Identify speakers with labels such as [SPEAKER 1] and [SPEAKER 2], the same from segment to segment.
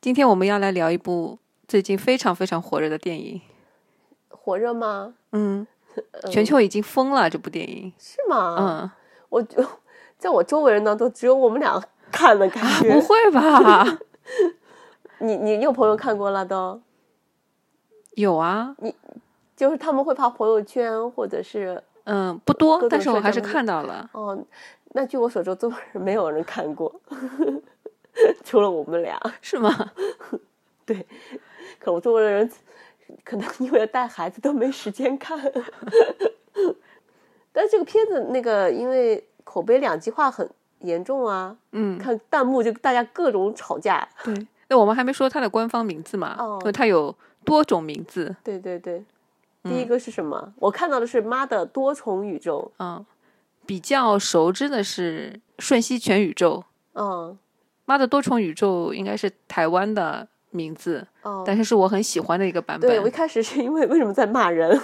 [SPEAKER 1] 今天我们要来聊一部最近非常非常火热的电影，
[SPEAKER 2] 火热吗？
[SPEAKER 1] 嗯， 全球已经疯了这部电影，
[SPEAKER 2] 是吗？
[SPEAKER 1] 嗯，
[SPEAKER 2] 我就在我周围人当中，只有我们俩 看了感
[SPEAKER 1] 啊，
[SPEAKER 2] 觉。
[SPEAKER 1] 不会吧？
[SPEAKER 2] 你你有朋友看过了都？
[SPEAKER 1] 有啊，
[SPEAKER 2] 就是他们会发朋友圈，或者是
[SPEAKER 1] 嗯，不
[SPEAKER 2] 各
[SPEAKER 1] 多，
[SPEAKER 2] 种
[SPEAKER 1] 但是我
[SPEAKER 2] 社
[SPEAKER 1] 还
[SPEAKER 2] 交
[SPEAKER 1] 是
[SPEAKER 2] 媒
[SPEAKER 1] 看到了。
[SPEAKER 2] 哦，那据我所知，周围人没有人看过， 除了我们俩。
[SPEAKER 1] 是 吗？
[SPEAKER 2] 可我周围的人可能因为带孩子都没时间看。 但这个片子那个因为口碑两极化很严重啊，
[SPEAKER 1] 嗯，
[SPEAKER 2] 看弹幕就大家各种吵架。
[SPEAKER 1] 对。那我们还没说它的官方名字嘛？
[SPEAKER 2] 哦
[SPEAKER 1] 因为它有多种名字。
[SPEAKER 2] 对对对，第一个是什么？我看到的是《妈的多重宇宙
[SPEAKER 1] 嗯，比较熟知的是《瞬息全宇宙》，《
[SPEAKER 2] 嗯》
[SPEAKER 1] 妈的多重宇宙》应该是台湾的名字，
[SPEAKER 2] 哦
[SPEAKER 1] 但是是我很喜欢的一个版本
[SPEAKER 2] 对，我一，开始是因为为什么在骂人？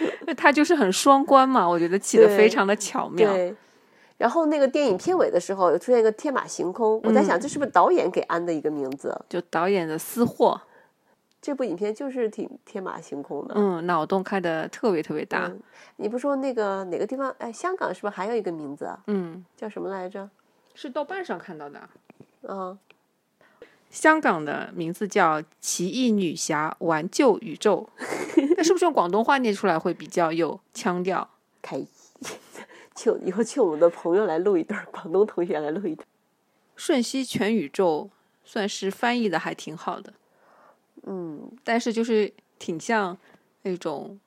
[SPEAKER 1] 因为它就是很双关嘛，我觉得起的
[SPEAKER 2] 对
[SPEAKER 1] 非常的巧妙。
[SPEAKER 2] 对。然后那个电影片尾的时候，有出现一个天马行空，我在想
[SPEAKER 1] 嗯
[SPEAKER 2] 这是不是导演给安的一个名字？
[SPEAKER 1] 就导演的私货，
[SPEAKER 2] 这部影片就是挺天马行空的。
[SPEAKER 1] 嗯，啊脑洞开的特别特别大，
[SPEAKER 2] 嗯你不说那个哪个地方？哎，香港是不是还有一个名字啊？
[SPEAKER 1] 嗯，
[SPEAKER 2] 叫什么来着？
[SPEAKER 1] 是豆瓣上看到的。啊
[SPEAKER 2] 嗯，
[SPEAKER 1] 香港的名字叫《奇异女侠挽救宇宙》， 那是不是用广东话念出来会比较有腔调？
[SPEAKER 2] 凯怡，请以后请我们的朋友来录一段，广东同学来录一段。
[SPEAKER 1] 瞬息全宇宙算是翻译的还挺好的，
[SPEAKER 2] 嗯，
[SPEAKER 1] 但是就是挺像那种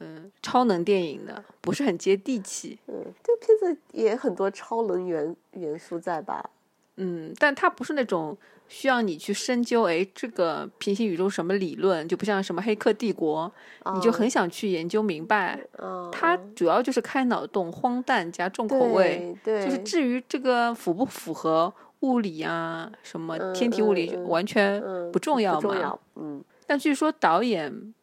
[SPEAKER 1] 嗯超能电影的，不是很接地气。
[SPEAKER 2] 嗯，这片子也很多超能元元素在吧？
[SPEAKER 1] 嗯，但它不是那种需要你去深究，哎，这个平行宇宙什么理论，就不像什么《黑客帝国》，你就很想去研究明白。
[SPEAKER 2] 哦嗯，
[SPEAKER 1] 它
[SPEAKER 2] 嗯
[SPEAKER 1] 主要就是开脑洞、荒诞加重口味，，
[SPEAKER 2] 对，
[SPEAKER 1] 就是
[SPEAKER 2] 对
[SPEAKER 1] 至于这个符不符合物理啊，什么
[SPEAKER 2] 嗯
[SPEAKER 1] 天体物理，
[SPEAKER 2] 嗯嗯
[SPEAKER 1] 完全
[SPEAKER 2] 嗯
[SPEAKER 1] 不重要嘛。
[SPEAKER 2] 不重要，嗯，
[SPEAKER 1] 但据说导演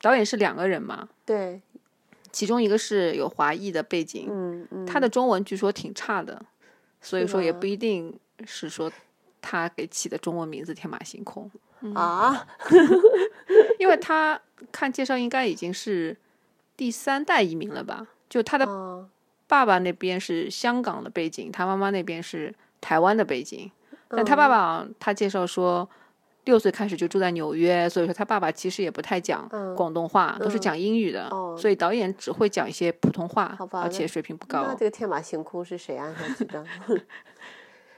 [SPEAKER 1] 导演是两个人嘛，
[SPEAKER 2] 对，
[SPEAKER 1] 其中一个是有华裔的背景，
[SPEAKER 2] 嗯嗯，
[SPEAKER 1] 他的中文据说挺差的，所以
[SPEAKER 2] 是
[SPEAKER 1] 说也
[SPEAKER 2] 吗
[SPEAKER 1] 不一定是说他给起的中文名字天马行空，
[SPEAKER 2] 啊，
[SPEAKER 1] 因为他看介绍应该已经是第三代移民了吧？就他的
[SPEAKER 2] 嗯
[SPEAKER 1] 爸爸那边是香港的背景，他妈妈那边是台湾的背景，但他
[SPEAKER 2] 嗯
[SPEAKER 1] 爸爸好像他介绍说。六岁开始就住在纽约，所以说他爸爸其实也不太讲
[SPEAKER 2] 嗯
[SPEAKER 1] 广东话，都是
[SPEAKER 2] 嗯
[SPEAKER 1] 讲英语的，
[SPEAKER 2] 哦
[SPEAKER 1] 所以导演只会讲一些普通话，
[SPEAKER 2] 好吧
[SPEAKER 1] 而
[SPEAKER 2] 那
[SPEAKER 1] 且水平不
[SPEAKER 2] 那
[SPEAKER 1] 高。
[SPEAKER 2] 这个天马行空是谁安上去的？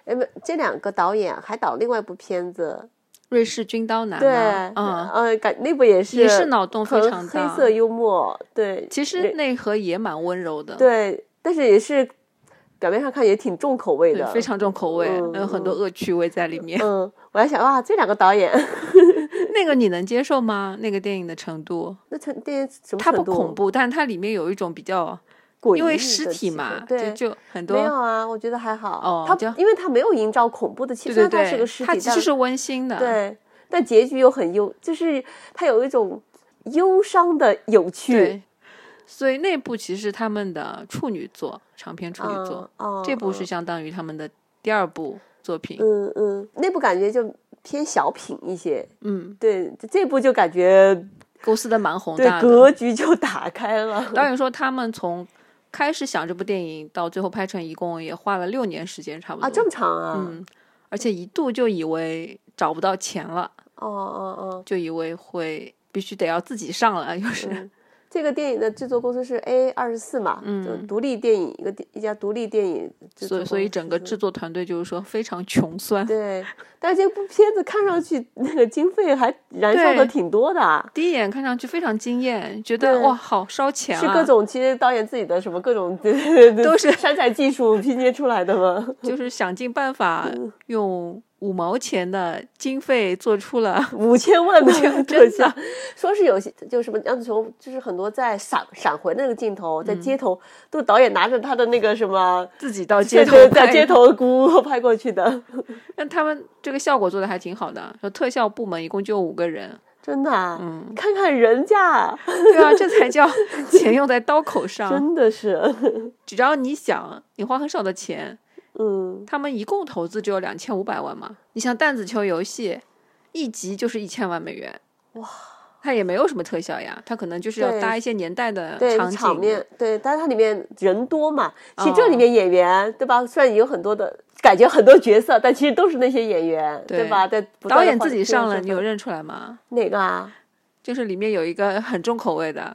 [SPEAKER 2] 哎，不，这两个导演还导另外一部片子，
[SPEAKER 1] 瑞士军刀男
[SPEAKER 2] 对，
[SPEAKER 1] 嘛，嗯，
[SPEAKER 2] 呃，感那部也是
[SPEAKER 1] 也是脑洞非
[SPEAKER 2] 很
[SPEAKER 1] 常
[SPEAKER 2] 黑
[SPEAKER 1] 大。
[SPEAKER 2] 色幽默，对
[SPEAKER 1] 其实内核也蛮温柔的，
[SPEAKER 2] 对，但是也是表面上看也挺重口味
[SPEAKER 1] 对
[SPEAKER 2] 的，
[SPEAKER 1] 非。常重口味，
[SPEAKER 2] 嗯
[SPEAKER 1] 有很多恶趣味在里面。
[SPEAKER 2] 嗯，我还想哇，这两个导演，
[SPEAKER 1] 那个你能接受吗？那个电影的程度，
[SPEAKER 2] 那成电影什么
[SPEAKER 1] 它不
[SPEAKER 2] 程度
[SPEAKER 1] 恐，怖，但它里面有一种比较，
[SPEAKER 2] 诡
[SPEAKER 1] 因为
[SPEAKER 2] 异
[SPEAKER 1] 尸
[SPEAKER 2] 的
[SPEAKER 1] 体
[SPEAKER 2] 气
[SPEAKER 1] 嘛，就
[SPEAKER 2] 氛对，
[SPEAKER 1] 就很
[SPEAKER 2] 没有
[SPEAKER 1] 多，
[SPEAKER 2] 啊，我觉得还好。
[SPEAKER 1] 哦
[SPEAKER 2] 他
[SPEAKER 1] 就
[SPEAKER 2] 因为他没有营造恐怖的气氛，
[SPEAKER 1] 对
[SPEAKER 2] 虽
[SPEAKER 1] 对
[SPEAKER 2] 然它是个
[SPEAKER 1] 对
[SPEAKER 2] 尸，体，
[SPEAKER 1] 它其
[SPEAKER 2] 但
[SPEAKER 1] 实是嗯温馨的，
[SPEAKER 2] 对，但结局又很忧，就是它有一种忧伤的有趣。
[SPEAKER 1] 对。所以那部其实是他们的处女作，长篇处女作，
[SPEAKER 2] 嗯，
[SPEAKER 1] 这部
[SPEAKER 2] 嗯
[SPEAKER 1] 是相当于他们的第二部作品。
[SPEAKER 2] 嗯嗯，那部感觉就偏小品一些。
[SPEAKER 1] 嗯，
[SPEAKER 2] 对，这部就感觉
[SPEAKER 1] 构思的蛮宏
[SPEAKER 2] 对
[SPEAKER 1] 大的，嗯
[SPEAKER 2] 格局就打开了。
[SPEAKER 1] 导演说，他们从开始想这部电影到最后拍成，一共也花了六年时间，差不多。
[SPEAKER 2] 啊，这么长啊！
[SPEAKER 1] 嗯，而且一度就以为找不到钱了，
[SPEAKER 2] 哦哦哦，
[SPEAKER 1] 就以为会必须得要自己上了，就是、
[SPEAKER 2] 嗯这个电影的制作公司是 A 二十四嘛，
[SPEAKER 1] 嗯
[SPEAKER 2] 就独立电影一个一家独立电影制作
[SPEAKER 1] 所以
[SPEAKER 2] 公司，
[SPEAKER 1] 所以整个制作团队就是说非常穷酸。
[SPEAKER 2] 对，但是这部片子看上去那个经费还燃烧
[SPEAKER 1] 对
[SPEAKER 2] 的挺多的啊。
[SPEAKER 1] 第一眼看上去非常惊艳，觉得
[SPEAKER 2] 对
[SPEAKER 1] 哇，好烧钱啊！
[SPEAKER 2] 是各种其实导演自己的什么各 种对对对
[SPEAKER 1] 都是
[SPEAKER 2] 山寨技术拼接出来的吗？
[SPEAKER 1] 就是想尽办法
[SPEAKER 2] 嗯
[SPEAKER 1] 用五毛钱的经费做出 了，
[SPEAKER 2] 五千万的特
[SPEAKER 1] 真
[SPEAKER 2] 效
[SPEAKER 1] 的，
[SPEAKER 2] 说是有些就什么杨紫琼，就是很多在闪闪回那个镜头，在
[SPEAKER 1] 嗯
[SPEAKER 2] 街头、都是导演拿着他的那个什么。
[SPEAKER 1] 自己到街
[SPEAKER 2] 对
[SPEAKER 1] 头
[SPEAKER 2] 对，在
[SPEAKER 1] 拍
[SPEAKER 2] 街头咕拍过去的，
[SPEAKER 1] 那他们这个效果做的还挺好的，说特效部门一共就五个人，
[SPEAKER 2] 真的啊、
[SPEAKER 1] 嗯，
[SPEAKER 2] 看看人家，
[SPEAKER 1] 对啊，这才叫钱用在刀口上。
[SPEAKER 2] 真的是，
[SPEAKER 1] 只要你想，你花很少的钱，
[SPEAKER 2] 嗯，
[SPEAKER 1] 他们一共投资只有两千五百万嘛。你像弹子球游戏，一集就是一千万美元，哇，它也没有什么特效呀，它可能就是要
[SPEAKER 2] 对
[SPEAKER 1] 搭一些年代的
[SPEAKER 2] 对
[SPEAKER 1] 场景，
[SPEAKER 2] 场面，对，但是它里面人多嘛，其实这
[SPEAKER 1] 哦
[SPEAKER 2] 里面演员、对吧？虽然有很多的感觉，很多角色，但其实都是那些演员对
[SPEAKER 1] 对
[SPEAKER 2] 吧？在不
[SPEAKER 1] 导
[SPEAKER 2] 断地
[SPEAKER 1] 演
[SPEAKER 2] 换
[SPEAKER 1] 自己上了，
[SPEAKER 2] 身
[SPEAKER 1] 你有
[SPEAKER 2] 份
[SPEAKER 1] 认出来吗？
[SPEAKER 2] 哪个啊？
[SPEAKER 1] 就是里面有一个很重口味的，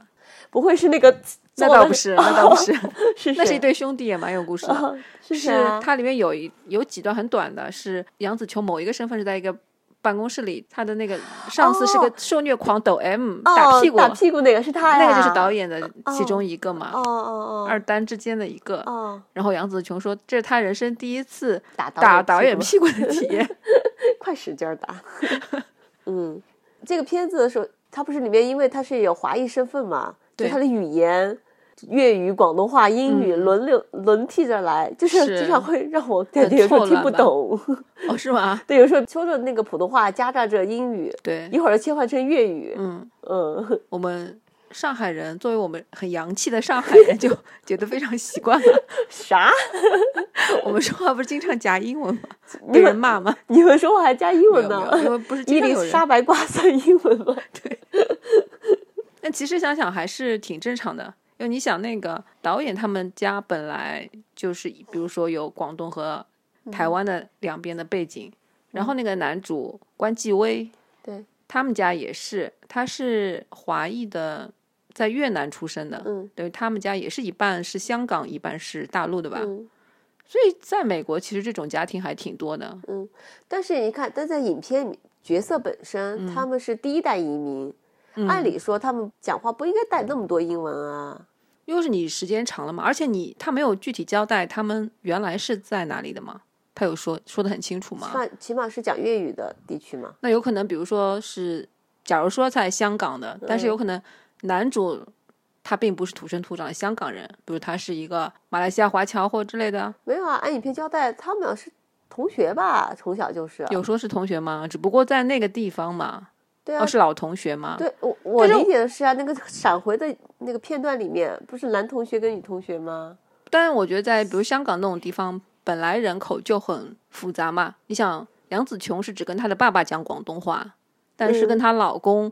[SPEAKER 2] 不会是那个？
[SPEAKER 1] 那
[SPEAKER 2] 做
[SPEAKER 1] 倒
[SPEAKER 2] 了哦
[SPEAKER 1] 不 是，那倒不是，
[SPEAKER 2] 是
[SPEAKER 1] 那是一
[SPEAKER 2] 谁
[SPEAKER 1] 对兄弟，也蛮有故 事的。
[SPEAKER 2] 啊是
[SPEAKER 1] 是
[SPEAKER 2] 谁啊？
[SPEAKER 1] 它里面有一有几段很短的，是杨紫琼某一个身份是在一个办公室里，她的那个上司是个受虐狂抖 M、打
[SPEAKER 2] 哦
[SPEAKER 1] 屁股，
[SPEAKER 2] 打屁股那个是他呀？
[SPEAKER 1] 那个就是导演的其中一个嘛，
[SPEAKER 2] 哦哦
[SPEAKER 1] 二丹之间的一个。
[SPEAKER 2] 哦哦，
[SPEAKER 1] 然后杨紫琼说，这是她人生第一次
[SPEAKER 2] 打
[SPEAKER 1] 打
[SPEAKER 2] 导
[SPEAKER 1] 导
[SPEAKER 2] 演
[SPEAKER 1] 演
[SPEAKER 2] 屁
[SPEAKER 1] 屁股的体验。
[SPEAKER 2] 股，快使劲儿打。嗯，这个片子的时候，它不是里面因为它是有华裔身份嘛，就
[SPEAKER 1] 对嗯
[SPEAKER 2] 它的语言。粤语、广东话、英语轮流、轮替着来，就是
[SPEAKER 1] 是
[SPEAKER 2] 经常会让我感觉有时
[SPEAKER 1] 错
[SPEAKER 2] 候听
[SPEAKER 1] 乱
[SPEAKER 2] 不
[SPEAKER 1] 吧
[SPEAKER 2] 懂。
[SPEAKER 1] 哦，是吗？
[SPEAKER 2] 对，有时候说着那个普通话，夹杂着英语，
[SPEAKER 1] 对，
[SPEAKER 2] 一会儿切换成粤语。
[SPEAKER 1] 嗯，
[SPEAKER 2] 嗯，
[SPEAKER 1] 我们上海人作为我们很洋气的上海人，就觉得非常习惯了。
[SPEAKER 2] 啥？
[SPEAKER 1] 我们说话不是经常夹英文吗？
[SPEAKER 2] 你
[SPEAKER 1] 被人
[SPEAKER 2] 们
[SPEAKER 1] 骂吗？
[SPEAKER 2] 你们说我还加英
[SPEAKER 1] 没
[SPEAKER 2] 文
[SPEAKER 1] 有
[SPEAKER 2] 呢
[SPEAKER 1] 没？有，因为不是经
[SPEAKER 2] 伊
[SPEAKER 1] 常
[SPEAKER 2] 丽
[SPEAKER 1] 有人
[SPEAKER 2] 莎白挂算英文吗？
[SPEAKER 1] 但其实想想还是挺正常的，因为你想那个导演他们家本来就是，比如说有广东和
[SPEAKER 2] 嗯
[SPEAKER 1] 台湾的两边的背景，然后那个男主关继威，
[SPEAKER 2] 对，
[SPEAKER 1] 他们家也是，他是华裔的，在越南出生的，
[SPEAKER 2] 嗯
[SPEAKER 1] 对，他们家也是一半是香港，一半是大陆的吧，
[SPEAKER 2] 嗯。
[SPEAKER 1] 所以在美国其实这种家庭还挺多的，
[SPEAKER 2] 但是你看，但在影片里角色本身，他们是第一代移民，
[SPEAKER 1] 嗯
[SPEAKER 2] 按理说他们讲话不应该带那么多英文啊。
[SPEAKER 1] 又是你时间长了嘛，而且你他没有具体交代他们原来是在哪里的吗？他有说说的很清楚吗？
[SPEAKER 2] 起码起码是讲粤语的地区嘛。
[SPEAKER 1] 那有可能，比如说是，假如说在香港的，但
[SPEAKER 2] 嗯
[SPEAKER 1] 是有可能男主他并不是土生土长的香港人，比如他是一个马来西亚华侨或之类的，
[SPEAKER 2] 没有啊，按影片交代，他们俩是同学吧，从小就是。
[SPEAKER 1] 有说是同学吗？只不过在那个地方嘛，
[SPEAKER 2] 啊对啊
[SPEAKER 1] 哦，，是老同学嘛，
[SPEAKER 2] 对我我
[SPEAKER 1] 但是
[SPEAKER 2] 理解的是啊，那个 闪回的那个片段里面，不是男同学跟女同学吗？
[SPEAKER 1] 但我觉得在比如香港那种地方，本来人口就很复杂嘛。你想，杨紫琼是只跟她的爸爸讲广东话，但是
[SPEAKER 2] 嗯
[SPEAKER 1] 跟她老公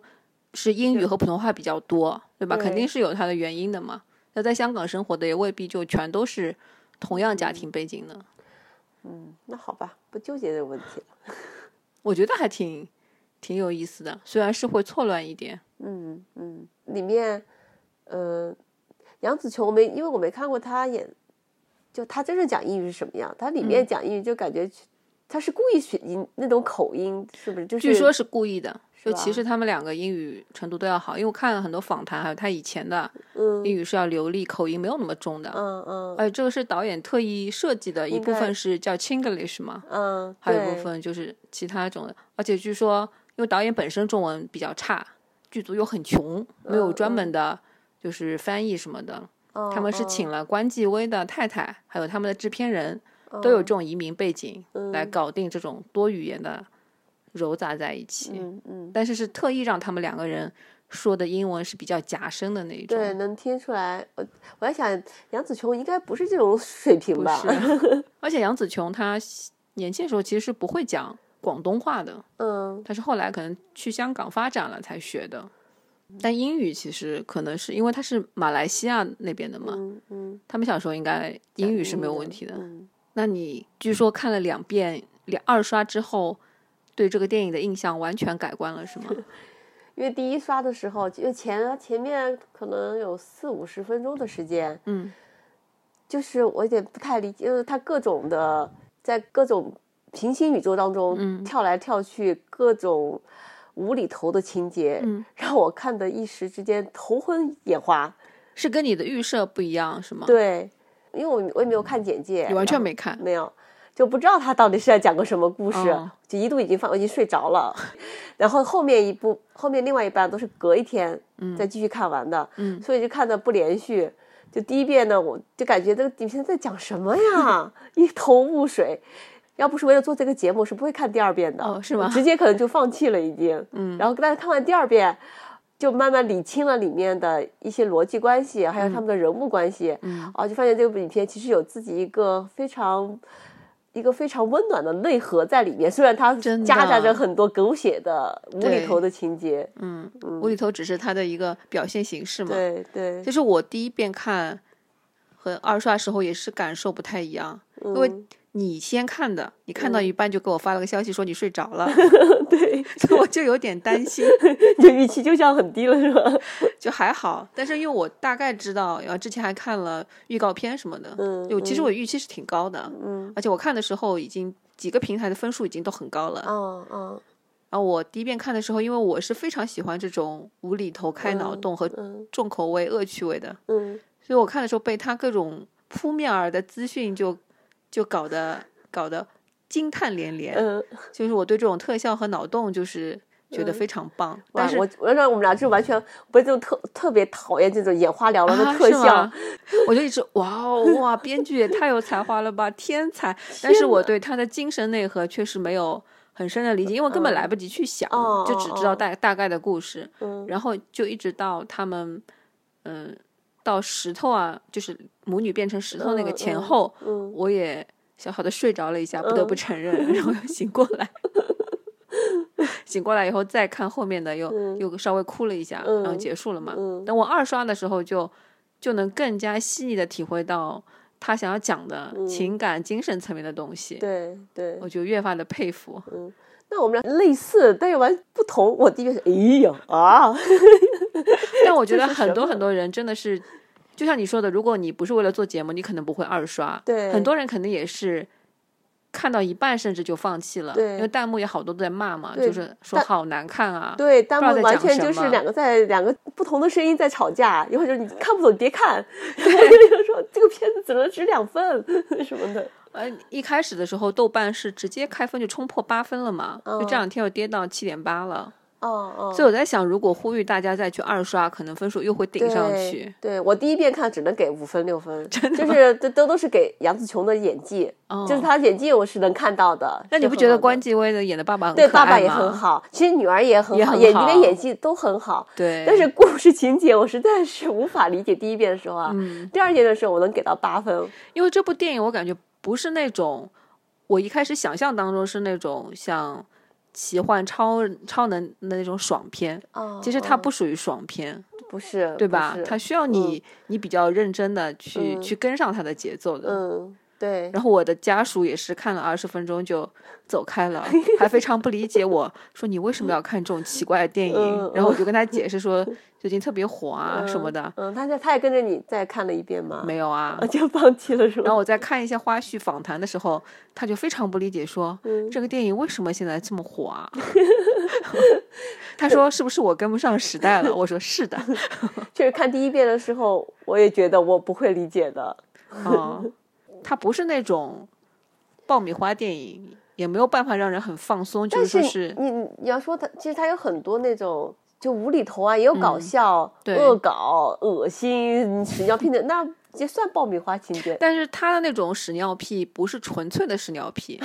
[SPEAKER 1] 是英语和普通话比较多，对吧？
[SPEAKER 2] 对
[SPEAKER 1] 肯定是有她的原因的嘛。那在香港生活的也未必就全都是同样家
[SPEAKER 2] 嗯
[SPEAKER 1] 庭背景的。
[SPEAKER 2] 那好吧，不纠结这个问题了。
[SPEAKER 1] 我觉得还挺挺有意思的，虽然是会错乱一点。
[SPEAKER 2] 嗯嗯，里面，呃，杨紫琼我没，因为我没看过她演，就她真正讲英语是什么样？她里
[SPEAKER 1] 嗯
[SPEAKER 2] 面讲英语就感觉她是故意选音那种口音，是不是？就是
[SPEAKER 1] 据说是故意的，
[SPEAKER 2] 是
[SPEAKER 1] 就
[SPEAKER 2] 吧
[SPEAKER 1] 其实他们两个英语程度都要好，因为我看了很多访谈，还有他以前的
[SPEAKER 2] 嗯
[SPEAKER 1] 英语是要流利，口音没有那么重的。
[SPEAKER 2] 嗯嗯
[SPEAKER 1] 哎，这个是导演特意设计的一
[SPEAKER 2] 应
[SPEAKER 1] 部
[SPEAKER 2] 该
[SPEAKER 1] 分是叫 Chinglish 嘛，
[SPEAKER 2] 嗯，
[SPEAKER 1] 还有一部
[SPEAKER 2] 对
[SPEAKER 1] 分就是其他种的。而且据说，因为导演本身中文比较差，剧组又很穷，没有
[SPEAKER 2] 嗯
[SPEAKER 1] 专
[SPEAKER 2] 嗯
[SPEAKER 1] 门的就是翻译什么的，
[SPEAKER 2] 嗯
[SPEAKER 1] 他们是
[SPEAKER 2] 嗯
[SPEAKER 1] 请了关继威的太太，还有他们的制片人，
[SPEAKER 2] 嗯
[SPEAKER 1] 都有这种移民背景来搞定这种多语言的糅杂在一起。
[SPEAKER 2] 嗯嗯，
[SPEAKER 1] 但是是特意让他们两个人说的英文是比较夹生的那一种。
[SPEAKER 2] 对，能听出来。我我还想杨紫琼应该不是这种水平
[SPEAKER 1] 不
[SPEAKER 2] 吧？
[SPEAKER 1] 是，而且杨紫琼她年轻的时候其实是不会讲广东话的，
[SPEAKER 2] 嗯
[SPEAKER 1] 她是后来可能去香港发展了才学的。但英语其实可能是因为她是马来西亚那边的嘛，
[SPEAKER 2] 嗯嗯，
[SPEAKER 1] 他们小时候应该英语是没有问题的。
[SPEAKER 2] 嗯
[SPEAKER 1] 那你据说看了两遍、两二刷之后，对这个电影的印象完全改观了， 是吗？
[SPEAKER 2] 因为第一刷的时候，因为前前面可能有四五十分钟的时间，
[SPEAKER 1] 嗯，
[SPEAKER 2] 就是我有点不太理解，就是他各种的在各种平行宇宙当中
[SPEAKER 1] 嗯
[SPEAKER 2] 跳来跳去，各种无厘头的情节，
[SPEAKER 1] 嗯
[SPEAKER 2] 让我看的一时之间头昏眼花。
[SPEAKER 1] 是跟你的预设不一样，是吗？，
[SPEAKER 2] 对，因为我我也没有看简介，
[SPEAKER 1] 哦你完全
[SPEAKER 2] 然后
[SPEAKER 1] 没看。
[SPEAKER 2] 没有。就不知道他到底是在讲个什么故事，
[SPEAKER 1] 哦
[SPEAKER 2] 就一度已经放，我已经睡着了。 然后后面一部，后面另外一半都是隔一天再继续看完的，
[SPEAKER 1] 嗯
[SPEAKER 2] 所以就看的不连续。就第一遍呢，我就感觉这个影片在讲什么呀， 一头雾水。要不是为了做这个节目，是不会看第二遍的，
[SPEAKER 1] 哦是吗
[SPEAKER 2] 直接可能就放弃了，已经。嗯，然后但是看完第二遍，就慢慢理清了里面的一些逻辑
[SPEAKER 1] 嗯
[SPEAKER 2] 关哦系，还有他们的人物关系。嗯，啊，就发现这部影片其实有自己一个非常一个非常温暖的内核在里面，虽然它
[SPEAKER 1] 真的
[SPEAKER 2] 夹杂着很多狗血的无厘头的情节。
[SPEAKER 1] 嗯，无厘头只是它的一个表现形式嘛。
[SPEAKER 2] 对对，
[SPEAKER 1] 就是我第一遍看和二刷时候也是感受不太一样，因为
[SPEAKER 2] 嗯
[SPEAKER 1] 你先看的，你看到一半就给我发了个消息说你睡着了，
[SPEAKER 2] 对，
[SPEAKER 1] 所以我就有点担心，
[SPEAKER 2] 你的预期 就像很低了，是吧？
[SPEAKER 1] 就还好。但是因为我大概知道，然后之前还看了预告片什么的，
[SPEAKER 2] 嗯
[SPEAKER 1] 就其实我预期是挺高的，嗯，而且我看的时候已经几个平台的分数已经都很高了。
[SPEAKER 2] 嗯嗯
[SPEAKER 1] 然后我第一遍看的时候，因为我是非常喜欢这种无厘头、开脑洞和
[SPEAKER 2] 嗯
[SPEAKER 1] 重口味、恶趣味的，
[SPEAKER 2] 嗯，
[SPEAKER 1] 所以我看的时候被他各种扑面而的资讯就就搞得搞得惊叹连连，
[SPEAKER 2] 嗯，
[SPEAKER 1] 就是我对这种特效和脑洞就是觉得非常棒，但
[SPEAKER 2] 哇，
[SPEAKER 1] 是
[SPEAKER 2] 我我让我们俩就完全不是这种特特别讨厌这种眼花缭乱的
[SPEAKER 1] 啊
[SPEAKER 2] 特
[SPEAKER 1] 是
[SPEAKER 2] 效，
[SPEAKER 1] 吗我就一直哇哦哇，编剧也太有才华了吧，天才！但是我对他的精神内核确实没有很深的理解，因为根本来不及去想，
[SPEAKER 2] 嗯哦
[SPEAKER 1] 就只知道大大概的故事，
[SPEAKER 2] 嗯
[SPEAKER 1] 然后就一直到他们，嗯、到石头啊，就是母女变成石头那个
[SPEAKER 2] 嗯
[SPEAKER 1] 前
[SPEAKER 2] 嗯
[SPEAKER 1] 后，
[SPEAKER 2] 嗯
[SPEAKER 1] 我也小小的睡着了一下，不得不承 认，然后又醒过来。 醒过来以后再看后面的又，又稍微哭了一下，然后
[SPEAKER 2] 嗯
[SPEAKER 1] 结束了嘛。
[SPEAKER 2] 嗯
[SPEAKER 1] 等我二刷的时候就，就能更加细腻的体会到他想要讲的情感、精神层面的东西。
[SPEAKER 2] 嗯对对。
[SPEAKER 1] 我就越发的佩服。
[SPEAKER 2] 那我们俩类似，但又完全不同。我第一遍是，哎呀啊，
[SPEAKER 1] 但我觉得
[SPEAKER 2] 这是什
[SPEAKER 1] 很多
[SPEAKER 2] 么
[SPEAKER 1] 很多人真的是，就像你说的，如果你不是为了做节目，你可能不会二刷。
[SPEAKER 2] 对
[SPEAKER 1] 很多人肯定也是看到一半甚至就放弃了，
[SPEAKER 2] 对
[SPEAKER 1] 因为弹幕也好多都在骂嘛，
[SPEAKER 2] 对
[SPEAKER 1] 就是说
[SPEAKER 2] 但
[SPEAKER 1] 好难看啊。
[SPEAKER 2] 对，弹
[SPEAKER 1] 不知
[SPEAKER 2] 幕
[SPEAKER 1] 道在
[SPEAKER 2] 完
[SPEAKER 1] 讲
[SPEAKER 2] 全就
[SPEAKER 1] 什
[SPEAKER 2] 是
[SPEAKER 1] 么
[SPEAKER 2] 两个在两个不同的声音在吵架，一会儿就是你看不懂别 看，然后有人说这个片子只能值两分 什么的。
[SPEAKER 1] 呃，一开始的时候豆瓣是直接开分就冲破八分了嘛，就这
[SPEAKER 2] 嗯
[SPEAKER 1] 两天又跌到七点八了。
[SPEAKER 2] 哦哦，
[SPEAKER 1] 所以我在想，如果呼吁大家再去二刷，可能分数又会顶上
[SPEAKER 2] 对
[SPEAKER 1] 去。。
[SPEAKER 2] 对我第一遍看只能给五分 六分，就是这都都是给杨紫琼的演技，
[SPEAKER 1] 哦
[SPEAKER 2] 就是她演技我是能看到的。
[SPEAKER 1] 那你
[SPEAKER 2] 是
[SPEAKER 1] 不
[SPEAKER 2] 很
[SPEAKER 1] 觉得
[SPEAKER 2] 好的
[SPEAKER 1] 关继威的演的爸爸很
[SPEAKER 2] 对
[SPEAKER 1] 可
[SPEAKER 2] 爸爸
[SPEAKER 1] 爱
[SPEAKER 2] 也
[SPEAKER 1] 吗
[SPEAKER 2] 很？好，其实女儿也很
[SPEAKER 1] 也
[SPEAKER 2] 好，
[SPEAKER 1] 很
[SPEAKER 2] 演技
[SPEAKER 1] 好
[SPEAKER 2] 跟演技都很好。
[SPEAKER 1] 对，
[SPEAKER 2] 但是故事情节我实在是无法理解。第一遍的时候啊，
[SPEAKER 1] 嗯
[SPEAKER 2] 第二遍的时候我能给到八分。
[SPEAKER 1] 因为这部电影，我感觉不是那种我一开始想象当中是那种像奇幻超超能的那种爽片，
[SPEAKER 2] 哦
[SPEAKER 1] 其实它不属于爽片，
[SPEAKER 2] 不是，
[SPEAKER 1] 嗯对
[SPEAKER 2] 不
[SPEAKER 1] 吧
[SPEAKER 2] 是？嗯
[SPEAKER 1] 它需要你、你比较认真的去、去跟上它的节奏的。
[SPEAKER 2] 嗯，对，
[SPEAKER 1] 然后我的家属也是看了二十分钟就走开 了，还非常不理解我说你为什么要看这种奇怪的电影？
[SPEAKER 2] 嗯
[SPEAKER 1] 然后我就跟他解释说最近特别火啊、什么的，
[SPEAKER 2] 嗯，他就他也跟着你再看了一遍吗？
[SPEAKER 1] 没有啊
[SPEAKER 2] 啊，， 就放弃了是
[SPEAKER 1] 然
[SPEAKER 2] 吗？
[SPEAKER 1] 后我在看一些花絮访谈的时候，他就非常不理解说，
[SPEAKER 2] 嗯
[SPEAKER 1] 这个电影为什么现在这么火 啊？他说是不是我跟不上时代了？我说是 的，
[SPEAKER 2] 就是看第一遍的时候，我也觉得我不会理解的。
[SPEAKER 1] 嗯，它不是那种爆米花电影，也没有办法让人很放松，就
[SPEAKER 2] 但
[SPEAKER 1] 是说
[SPEAKER 2] 是
[SPEAKER 1] 是
[SPEAKER 2] 你你你要说他，其实他有很多那种就无厘头啊，也有搞笑、
[SPEAKER 1] 对
[SPEAKER 2] 恶搞、恶心、屎尿屁的，那也算爆米花情节。
[SPEAKER 1] 但是他的那种屎尿屁不是纯粹的屎尿 屁，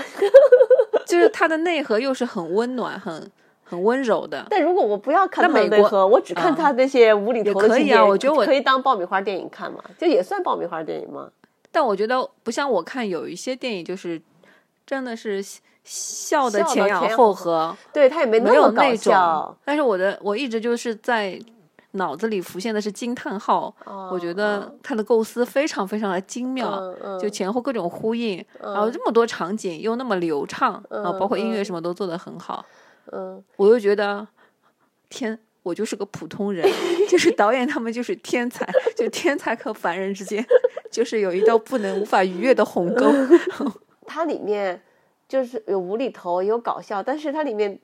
[SPEAKER 1] 就是它的内核又是很温暖、很很温柔的。
[SPEAKER 2] 但如果我不要看
[SPEAKER 1] 那
[SPEAKER 2] 他的
[SPEAKER 1] 美
[SPEAKER 2] 内
[SPEAKER 1] 国
[SPEAKER 2] 核，我只看
[SPEAKER 1] 嗯
[SPEAKER 2] 他那些无厘头的
[SPEAKER 1] 也可
[SPEAKER 2] 情
[SPEAKER 1] 以
[SPEAKER 2] 节，
[SPEAKER 1] 啊我觉得我
[SPEAKER 2] 可以当爆米花电影看嘛，就也算爆米花电影嘛。
[SPEAKER 1] 但我觉得不像我看有一些电影，就是真的是笑笑的
[SPEAKER 2] 笑得
[SPEAKER 1] 前仰
[SPEAKER 2] 前仰
[SPEAKER 1] 后
[SPEAKER 2] 后
[SPEAKER 1] 合，
[SPEAKER 2] 对他也没
[SPEAKER 1] 没
[SPEAKER 2] 那
[SPEAKER 1] 有
[SPEAKER 2] 么
[SPEAKER 1] 那
[SPEAKER 2] 搞
[SPEAKER 1] 种
[SPEAKER 2] 笑。。
[SPEAKER 1] 但是我的我一直就是在脑子里浮现的是惊叹号，
[SPEAKER 2] 哦
[SPEAKER 1] 我觉得他的构思非常非常的精妙。
[SPEAKER 2] 嗯嗯，
[SPEAKER 1] 就前后各种呼应，然后这么多场景又那么流畅，然后包括音乐什么都做得很好，
[SPEAKER 2] 嗯，
[SPEAKER 1] 我就觉得天，我就是个普通 人，就是导演他们就是天才，就天才和凡人之间就是有一道不能无法逾越的鸿 沟。
[SPEAKER 2] 它里面就是有无厘头，有搞笑，但是它里面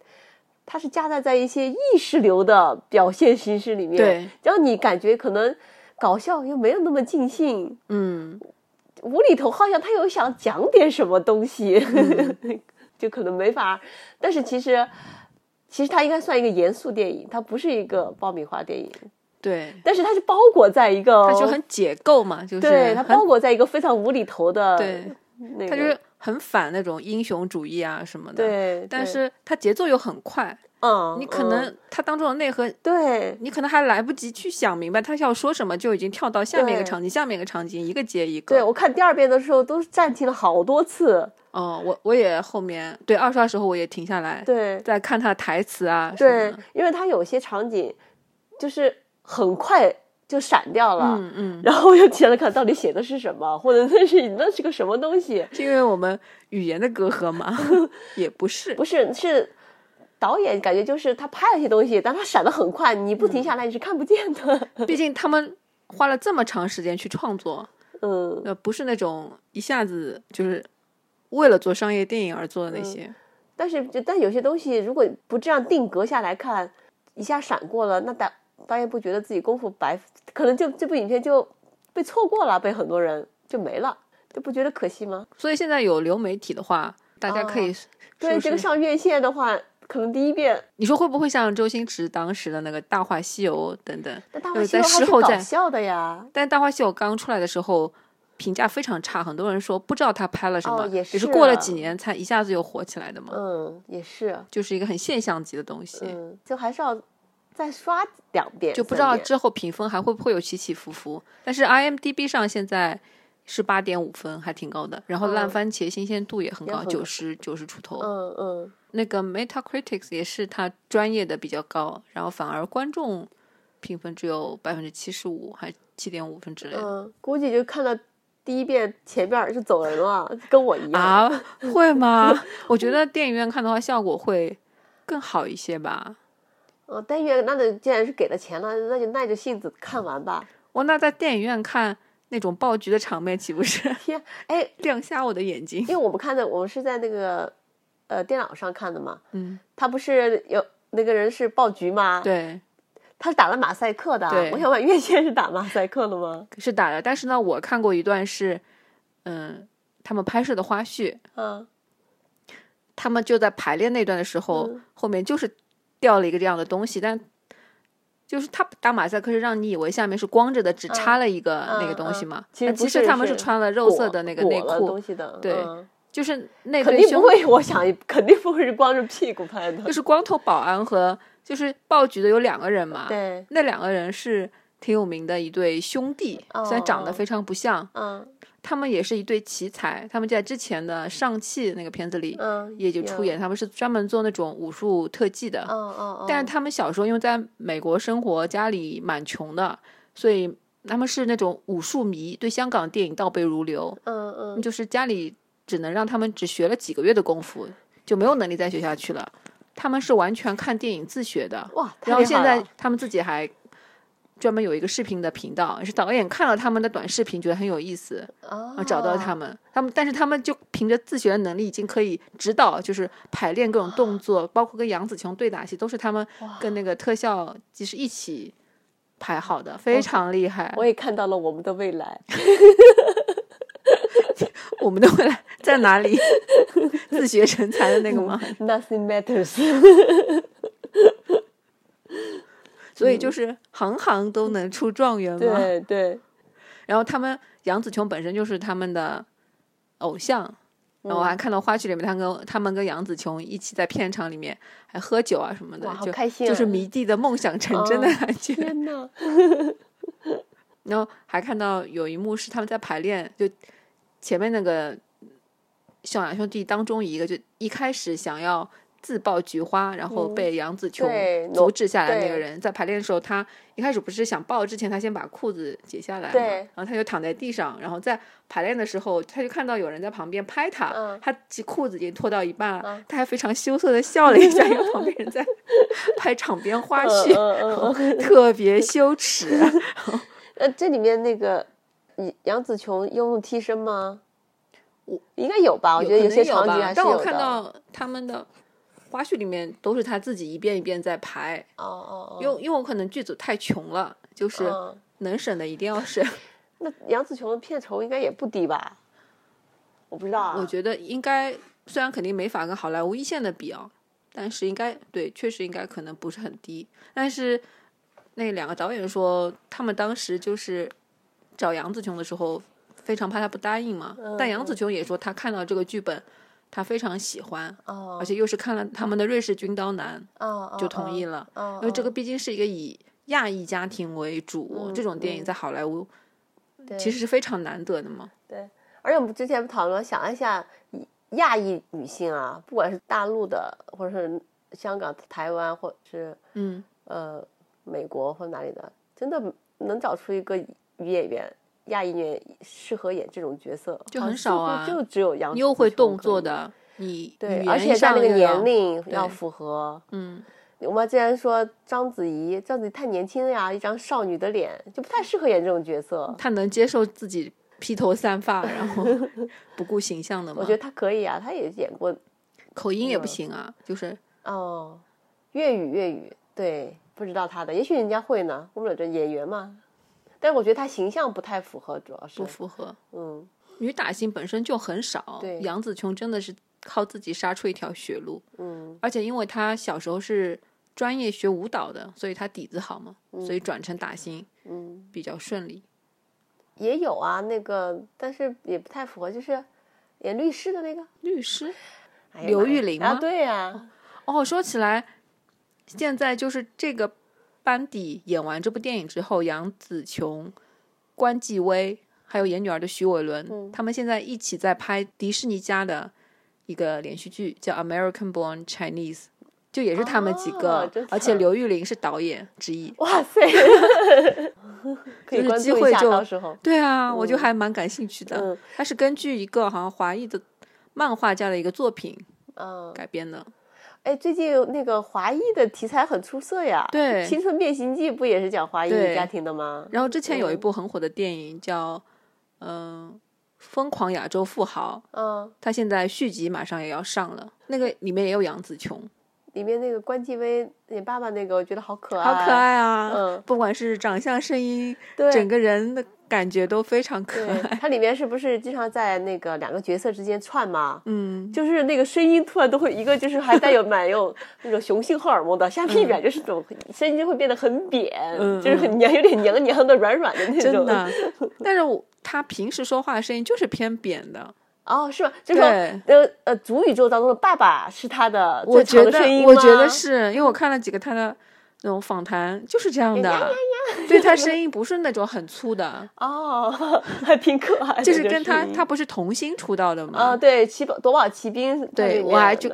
[SPEAKER 2] 它是夹杂在一些意识流的表现形式里面，
[SPEAKER 1] 对，
[SPEAKER 2] 让你感觉可能搞笑又没有那么尽兴，
[SPEAKER 1] 嗯，
[SPEAKER 2] 无厘头好像他有想讲点什么东西，
[SPEAKER 1] 嗯
[SPEAKER 2] 就可能没法。但是其实。其实它应该算一个严肃电影，它不是一个爆米花电影，
[SPEAKER 1] 对，
[SPEAKER 2] 但是它是包裹在一个，
[SPEAKER 1] 他就很解构嘛，就是
[SPEAKER 2] 哦对，它
[SPEAKER 1] 很
[SPEAKER 2] 包裹在一个非常无厘头的，
[SPEAKER 1] 对，
[SPEAKER 2] 那个，
[SPEAKER 1] 他就是很反那种英雄主义啊什么的。
[SPEAKER 2] 对，
[SPEAKER 1] 但
[SPEAKER 2] 对
[SPEAKER 1] 是他节奏又很快，
[SPEAKER 2] 嗯，
[SPEAKER 1] 你可
[SPEAKER 2] 嗯
[SPEAKER 1] 能他当中的内核，
[SPEAKER 2] 对
[SPEAKER 1] 你可能还来不及去想明白他要说什么，就已经跳到下面一个
[SPEAKER 2] 对
[SPEAKER 1] 场景，下面一个场景，一个接一个。
[SPEAKER 2] 对，我看第二遍的时候都暂停了好多次，
[SPEAKER 1] 哦，我我也后面对二刷时候我也停下来，
[SPEAKER 2] 对
[SPEAKER 1] 再看他的台词啊什么
[SPEAKER 2] 对
[SPEAKER 1] 的。，
[SPEAKER 2] 因为它有些场景就是很快就闪掉了，
[SPEAKER 1] 嗯嗯，
[SPEAKER 2] 然后我又停了看到底写的是什么，或者那是那是个什么东西？
[SPEAKER 1] 是因为我们语言的隔阂 吗？也不是，
[SPEAKER 2] 不是，是导演感觉就是他拍了一些东西，但他闪的很快，你不
[SPEAKER 1] 嗯
[SPEAKER 2] 停下来你是看不见的。
[SPEAKER 1] 毕竟他们花了这么长时间去创作，
[SPEAKER 2] 嗯，
[SPEAKER 1] 呃，不是那种一下子就是为了做商业电影而做的那
[SPEAKER 2] 嗯
[SPEAKER 1] 些。
[SPEAKER 2] 但是就但有些东西如果不这样定格下来看，一下闪过了，那导导演不觉得自己功夫白，可能就这部影片就被错过了，被很多人就没了，就不觉得可惜吗？
[SPEAKER 1] 所以现在有流媒体的话，大家可以、
[SPEAKER 2] 哦对，这个上院线的话，可能第一遍
[SPEAKER 1] 你说会不会像周星驰当时的那个《大话西游》等等？
[SPEAKER 2] 那大
[SPEAKER 1] 呃
[SPEAKER 2] 话西
[SPEAKER 1] 在
[SPEAKER 2] 游还
[SPEAKER 1] 事
[SPEAKER 2] 是
[SPEAKER 1] 后
[SPEAKER 2] 搞
[SPEAKER 1] 再
[SPEAKER 2] 笑的呀，
[SPEAKER 1] 但《大话西游》刚出来的时候，评价非常差，很多人说不知道他拍了什么，
[SPEAKER 2] 哦也
[SPEAKER 1] 是
[SPEAKER 2] 是
[SPEAKER 1] 过了
[SPEAKER 2] 啊
[SPEAKER 1] 几年才一下子又火起来的嘛，
[SPEAKER 2] 嗯，也是，
[SPEAKER 1] 就是一个很现象级的东西，
[SPEAKER 2] 嗯，就还是要再刷两遍，
[SPEAKER 1] 就不知
[SPEAKER 2] 三
[SPEAKER 1] 道
[SPEAKER 2] 遍
[SPEAKER 1] 之后评分还会不会有起起伏伏。但是 IMDB 上现在是八点五分，还挺高的，然后烂
[SPEAKER 2] 嗯
[SPEAKER 1] 番茄新鲜度也很
[SPEAKER 2] 也
[SPEAKER 1] 高，
[SPEAKER 2] 很
[SPEAKER 1] 九
[SPEAKER 2] 高
[SPEAKER 1] 十九十出头。
[SPEAKER 2] 嗯嗯，
[SPEAKER 1] 那个 Metacritic 也是它专业的比较高，然后反而观众评分只有百分之七十五，还七点五分之类的。
[SPEAKER 2] 嗯，估计就看到第一遍前面就走人了，跟我一样。
[SPEAKER 1] 啊，会吗？ 我觉得电影院看的话，效果会更好一些吧。
[SPEAKER 2] 嗯，但愿那得既然是给了钱了，那就耐着性子看完吧。
[SPEAKER 1] 哇，那在电影院看那种爆菊的场面，岂不是
[SPEAKER 2] 天，哎，
[SPEAKER 1] 亮瞎我的眼睛？
[SPEAKER 2] 因为我们看的，我们是在那个呃电脑上看的嘛，
[SPEAKER 1] 嗯，
[SPEAKER 2] 他不是有那个人是爆菊吗？，
[SPEAKER 1] 对，
[SPEAKER 2] 他是打了马赛克的啊。
[SPEAKER 1] 对
[SPEAKER 2] 我想问，院线是打马赛克的吗？
[SPEAKER 1] 是打的。但是呢，我看过一段是，嗯，他们拍摄的花絮，
[SPEAKER 2] 嗯，
[SPEAKER 1] 他们就在排练那段的时候，
[SPEAKER 2] 嗯
[SPEAKER 1] 后面就是掉了一个这样的东西，但。就是他打马赛克是让你以为下面是光着的，只插了一个那个
[SPEAKER 2] 嗯
[SPEAKER 1] 东西
[SPEAKER 2] 嗯
[SPEAKER 1] 嘛。
[SPEAKER 2] 其
[SPEAKER 1] 那
[SPEAKER 2] 实不
[SPEAKER 1] 其实
[SPEAKER 2] 是
[SPEAKER 1] 他们
[SPEAKER 2] 是
[SPEAKER 1] 是穿了 肉色
[SPEAKER 2] 裹
[SPEAKER 1] 的那个
[SPEAKER 2] 裹
[SPEAKER 1] 内
[SPEAKER 2] 了
[SPEAKER 1] 裤
[SPEAKER 2] 东，西的，
[SPEAKER 1] 对
[SPEAKER 2] 嗯
[SPEAKER 1] 就是那
[SPEAKER 2] 肯
[SPEAKER 1] 对
[SPEAKER 2] 定不
[SPEAKER 1] 兄
[SPEAKER 2] 会，我想肯定不会是光着屁股拍的
[SPEAKER 1] 就。是光头保安和就是爆菊的有两个人嘛，
[SPEAKER 2] 对，
[SPEAKER 1] 那两个人是挺有名的一对兄弟，
[SPEAKER 2] 哦
[SPEAKER 1] 虽然长得非常不像，
[SPEAKER 2] 嗯
[SPEAKER 1] 他们也是一对奇才，他们在之前的《上汽》那个片子里
[SPEAKER 2] 嗯，
[SPEAKER 1] 也就出演，他们是专门做那种武术特技的，
[SPEAKER 2] 有。嗯嗯嗯，
[SPEAKER 1] 但是他们小时候因为在美国生活，家里蛮穷的，所以他们是那种武术迷，对香港电影倒背如流，
[SPEAKER 2] 嗯嗯，
[SPEAKER 1] 就是家里只能让他们只学了几个月的功夫，就没有能力再学下去了。他们是完全看电影自学的，
[SPEAKER 2] 哇，太
[SPEAKER 1] 然后
[SPEAKER 2] 厉害
[SPEAKER 1] 现在
[SPEAKER 2] 了
[SPEAKER 1] 他们自己还专门有一个视频的频道，也是导演看了他们的短视频，觉得很有意思，然后
[SPEAKER 2] 啊，
[SPEAKER 1] 找到他们。他们但是他们就凭着自学的能力，已经可以指导，就是排练各种动作，包括跟杨紫琼对打戏，都是他们跟那个特效技师一起排好的，非常厉害。
[SPEAKER 2] 我也看到了我们的未来。
[SPEAKER 1] 我们的未来在哪里？ 自学成才的那个
[SPEAKER 2] 嗯
[SPEAKER 1] 吗？
[SPEAKER 2] Nothing matters。
[SPEAKER 1] 所以就是行行都能出状元嘛。
[SPEAKER 2] 对对，
[SPEAKER 1] 然后他们杨紫琼本身就是他们的偶像，然后
[SPEAKER 2] 嗯
[SPEAKER 1] 我还看到花絮里面，他跟他们跟杨紫琼一起在片场里面还喝酒啊什么的
[SPEAKER 2] 哇，好
[SPEAKER 1] 就
[SPEAKER 2] 开心啊
[SPEAKER 1] 就是 迷弟的梦想成真的
[SPEAKER 2] 哦
[SPEAKER 1] 感觉。
[SPEAKER 2] 天哪！
[SPEAKER 1] 然后还看到有一幕是他们在排练，就前面那个小两兄弟当中一个就一开始想要自爆菊花，然后被杨紫琼
[SPEAKER 2] 嗯对挪
[SPEAKER 1] 阻止下来那个
[SPEAKER 2] 对
[SPEAKER 1] 人，在排练的时候，他一开始不是想爆之前，他先把裤子解下来嘛，
[SPEAKER 2] 对
[SPEAKER 1] 然后他就躺在地上，然后在排练的时候，他就看到有人在旁边拍他，
[SPEAKER 2] 嗯
[SPEAKER 1] 他其裤子已经脱到一半了，
[SPEAKER 2] 嗯
[SPEAKER 1] 他还非常羞涩的笑了一下，因为旁边人在 拍场边花
[SPEAKER 2] 嗯
[SPEAKER 1] 絮，
[SPEAKER 2] 嗯 嗯嗯，
[SPEAKER 1] 特别羞耻。啊
[SPEAKER 2] 呃，这里面那个以杨紫琼用替身吗？
[SPEAKER 1] 我
[SPEAKER 2] 应该有吧？我
[SPEAKER 1] 有
[SPEAKER 2] 觉得
[SPEAKER 1] 可能
[SPEAKER 2] 些场景
[SPEAKER 1] 吧
[SPEAKER 2] 还是
[SPEAKER 1] 但我
[SPEAKER 2] 有
[SPEAKER 1] 看
[SPEAKER 2] 的。哦
[SPEAKER 1] 到他们的花絮里面都是他自己一遍一遍在排，
[SPEAKER 2] 哦
[SPEAKER 1] 因为因为我可能剧组太穷了，就是
[SPEAKER 2] 哦，
[SPEAKER 1] 能省的一定要省。
[SPEAKER 2] 那杨紫琼的片酬应该也不低吧？我不知道啊，
[SPEAKER 1] 我觉得应该虽然肯定没法跟好莱坞一线的比啊，但是应该对，确实应该可能不是很低。但是那两个导演说，他们当时就是
[SPEAKER 2] 嗯
[SPEAKER 1] 找杨紫琼的时候，非常怕她不答应嘛。但杨紫琼也说，她看到这个剧本，他非常喜欢，
[SPEAKER 2] 哦
[SPEAKER 1] 而且又是看了他们的《瑞士军刀男》
[SPEAKER 2] 哦，
[SPEAKER 1] 就同意
[SPEAKER 2] 了，
[SPEAKER 1] 了，
[SPEAKER 2] 哦
[SPEAKER 1] 因为这个毕竟是一个以亚裔家庭为主，这种电影在好莱坞
[SPEAKER 2] 嗯对嗯
[SPEAKER 1] 其实是非常难得的嘛。
[SPEAKER 2] 而且我们之前讨论，想了一下，亚裔女性啊，不管是大陆的，或者是香港、台湾，或者是
[SPEAKER 1] 嗯，
[SPEAKER 2] 呃美国或哪里的，真的能找出一个女演员，亚裔女演员适合演这种角色，
[SPEAKER 1] 就
[SPEAKER 2] 好像
[SPEAKER 1] 很少啊
[SPEAKER 2] 似乎就只有杨
[SPEAKER 1] 你又会
[SPEAKER 2] 紫琼
[SPEAKER 1] 动
[SPEAKER 2] 可
[SPEAKER 1] 作
[SPEAKER 2] 以，
[SPEAKER 1] 的，你
[SPEAKER 2] 对
[SPEAKER 1] 语，
[SPEAKER 2] 而
[SPEAKER 1] 言
[SPEAKER 2] 且在
[SPEAKER 1] 上
[SPEAKER 2] 那个
[SPEAKER 1] 又要
[SPEAKER 2] 年，龄要
[SPEAKER 1] 对
[SPEAKER 2] 符合。
[SPEAKER 1] 嗯，
[SPEAKER 2] 我妈之前说章子怡，章子怡太年轻了呀，一张少女的脸就不太适合演这种角色。
[SPEAKER 1] 他能接受自己披头散发，然 后不顾形象的吗？
[SPEAKER 2] 我觉得她嗯可以啊，她也演过
[SPEAKER 1] 口音也不行啊，就是
[SPEAKER 2] 哦，粤语粤语，对，不知道他的，也许人家会呢。我们俩这演员嘛，但是我觉得他形象不太符合，主要是
[SPEAKER 1] 不，符合。
[SPEAKER 2] 嗯，
[SPEAKER 1] 女打星本身就很少，
[SPEAKER 2] 对
[SPEAKER 1] 杨紫琼真的是靠自己杀出一条血路，
[SPEAKER 2] 嗯，
[SPEAKER 1] 而且因为她小时候是专业学舞蹈的，所以她底子好嘛，所以转成打星，嗯，比较顺利。
[SPEAKER 2] 也有啊，那个，但是也不太符合，就是演律师的那个
[SPEAKER 1] 律师
[SPEAKER 2] 哎呀
[SPEAKER 1] 刘
[SPEAKER 2] 妈呀
[SPEAKER 1] 玉玲
[SPEAKER 2] 啊，
[SPEAKER 1] 吗
[SPEAKER 2] 对呀、
[SPEAKER 1] 哦，说起来，现在就是这个班底演完这部电影之后，杨紫琼、关继威还有演女儿的徐伟伦，
[SPEAKER 2] 嗯
[SPEAKER 1] 他们现在一起在拍迪士尼家的一个连续剧，叫《American Born Chinese》，就也是他们几个，
[SPEAKER 2] 哦真
[SPEAKER 1] 而且
[SPEAKER 2] 的
[SPEAKER 1] 刘玉玲是导演之一。
[SPEAKER 2] 哇塞， 可以
[SPEAKER 1] 就是
[SPEAKER 2] 关
[SPEAKER 1] 机
[SPEAKER 2] 注一
[SPEAKER 1] 会
[SPEAKER 2] 下，
[SPEAKER 1] 就
[SPEAKER 2] 到时候，
[SPEAKER 1] 对啊，我就还蛮感兴趣的。
[SPEAKER 2] 嗯
[SPEAKER 1] 它是根据一个好像华裔的漫画家的一个作品
[SPEAKER 2] 嗯，
[SPEAKER 1] 改编的。
[SPEAKER 2] 哎，最近那个华裔的题材很出色呀，
[SPEAKER 1] 对
[SPEAKER 2] 青春变形记》不也是讲华裔
[SPEAKER 1] 对
[SPEAKER 2] 家庭的吗？
[SPEAKER 1] 然后之前有一部很火的电影叫《嗯、疯狂亚洲富豪》，
[SPEAKER 2] 嗯，
[SPEAKER 1] 它现在续集马上也要上了，那个里面也有杨紫琼，
[SPEAKER 2] 里面那个关继威演爸爸那个，我觉得好可爱，
[SPEAKER 1] 好可爱啊！
[SPEAKER 2] 嗯
[SPEAKER 1] 不管是长相、声音，
[SPEAKER 2] 对
[SPEAKER 1] 整个人的感觉都非常可
[SPEAKER 2] 对
[SPEAKER 1] 爱。，
[SPEAKER 2] 它里面是不是经常在那个两个角色之间串嘛？
[SPEAKER 1] 嗯，
[SPEAKER 2] 就是那个声音突然都会，一个就是还带有满有那种雄性荷尔蒙的，下面一秒就是种声音就会变得很扁，
[SPEAKER 1] 嗯
[SPEAKER 2] 就是很娘，有点娘娘的、软软的那种。
[SPEAKER 1] 真的。但是我他平时说话的声音就是偏扁的，
[SPEAKER 2] 哦，是吧？就是说
[SPEAKER 1] 对。
[SPEAKER 2] 呃呃，主宇宙当中的爸爸是他的
[SPEAKER 1] 我
[SPEAKER 2] 最
[SPEAKER 1] 觉
[SPEAKER 2] 长的
[SPEAKER 1] 得
[SPEAKER 2] 声音，
[SPEAKER 1] 我觉得。是因为我看了几个他的那种访谈，就是这样的。对他声音不是那种很粗的，
[SPEAKER 2] 哦，还挺可爱的。
[SPEAKER 1] 就
[SPEAKER 2] 就是
[SPEAKER 1] 跟他
[SPEAKER 2] 是
[SPEAKER 1] 他不是童星出道的吗？
[SPEAKER 2] 啊，对，奇宝夺宝奇兵，
[SPEAKER 1] 对我还就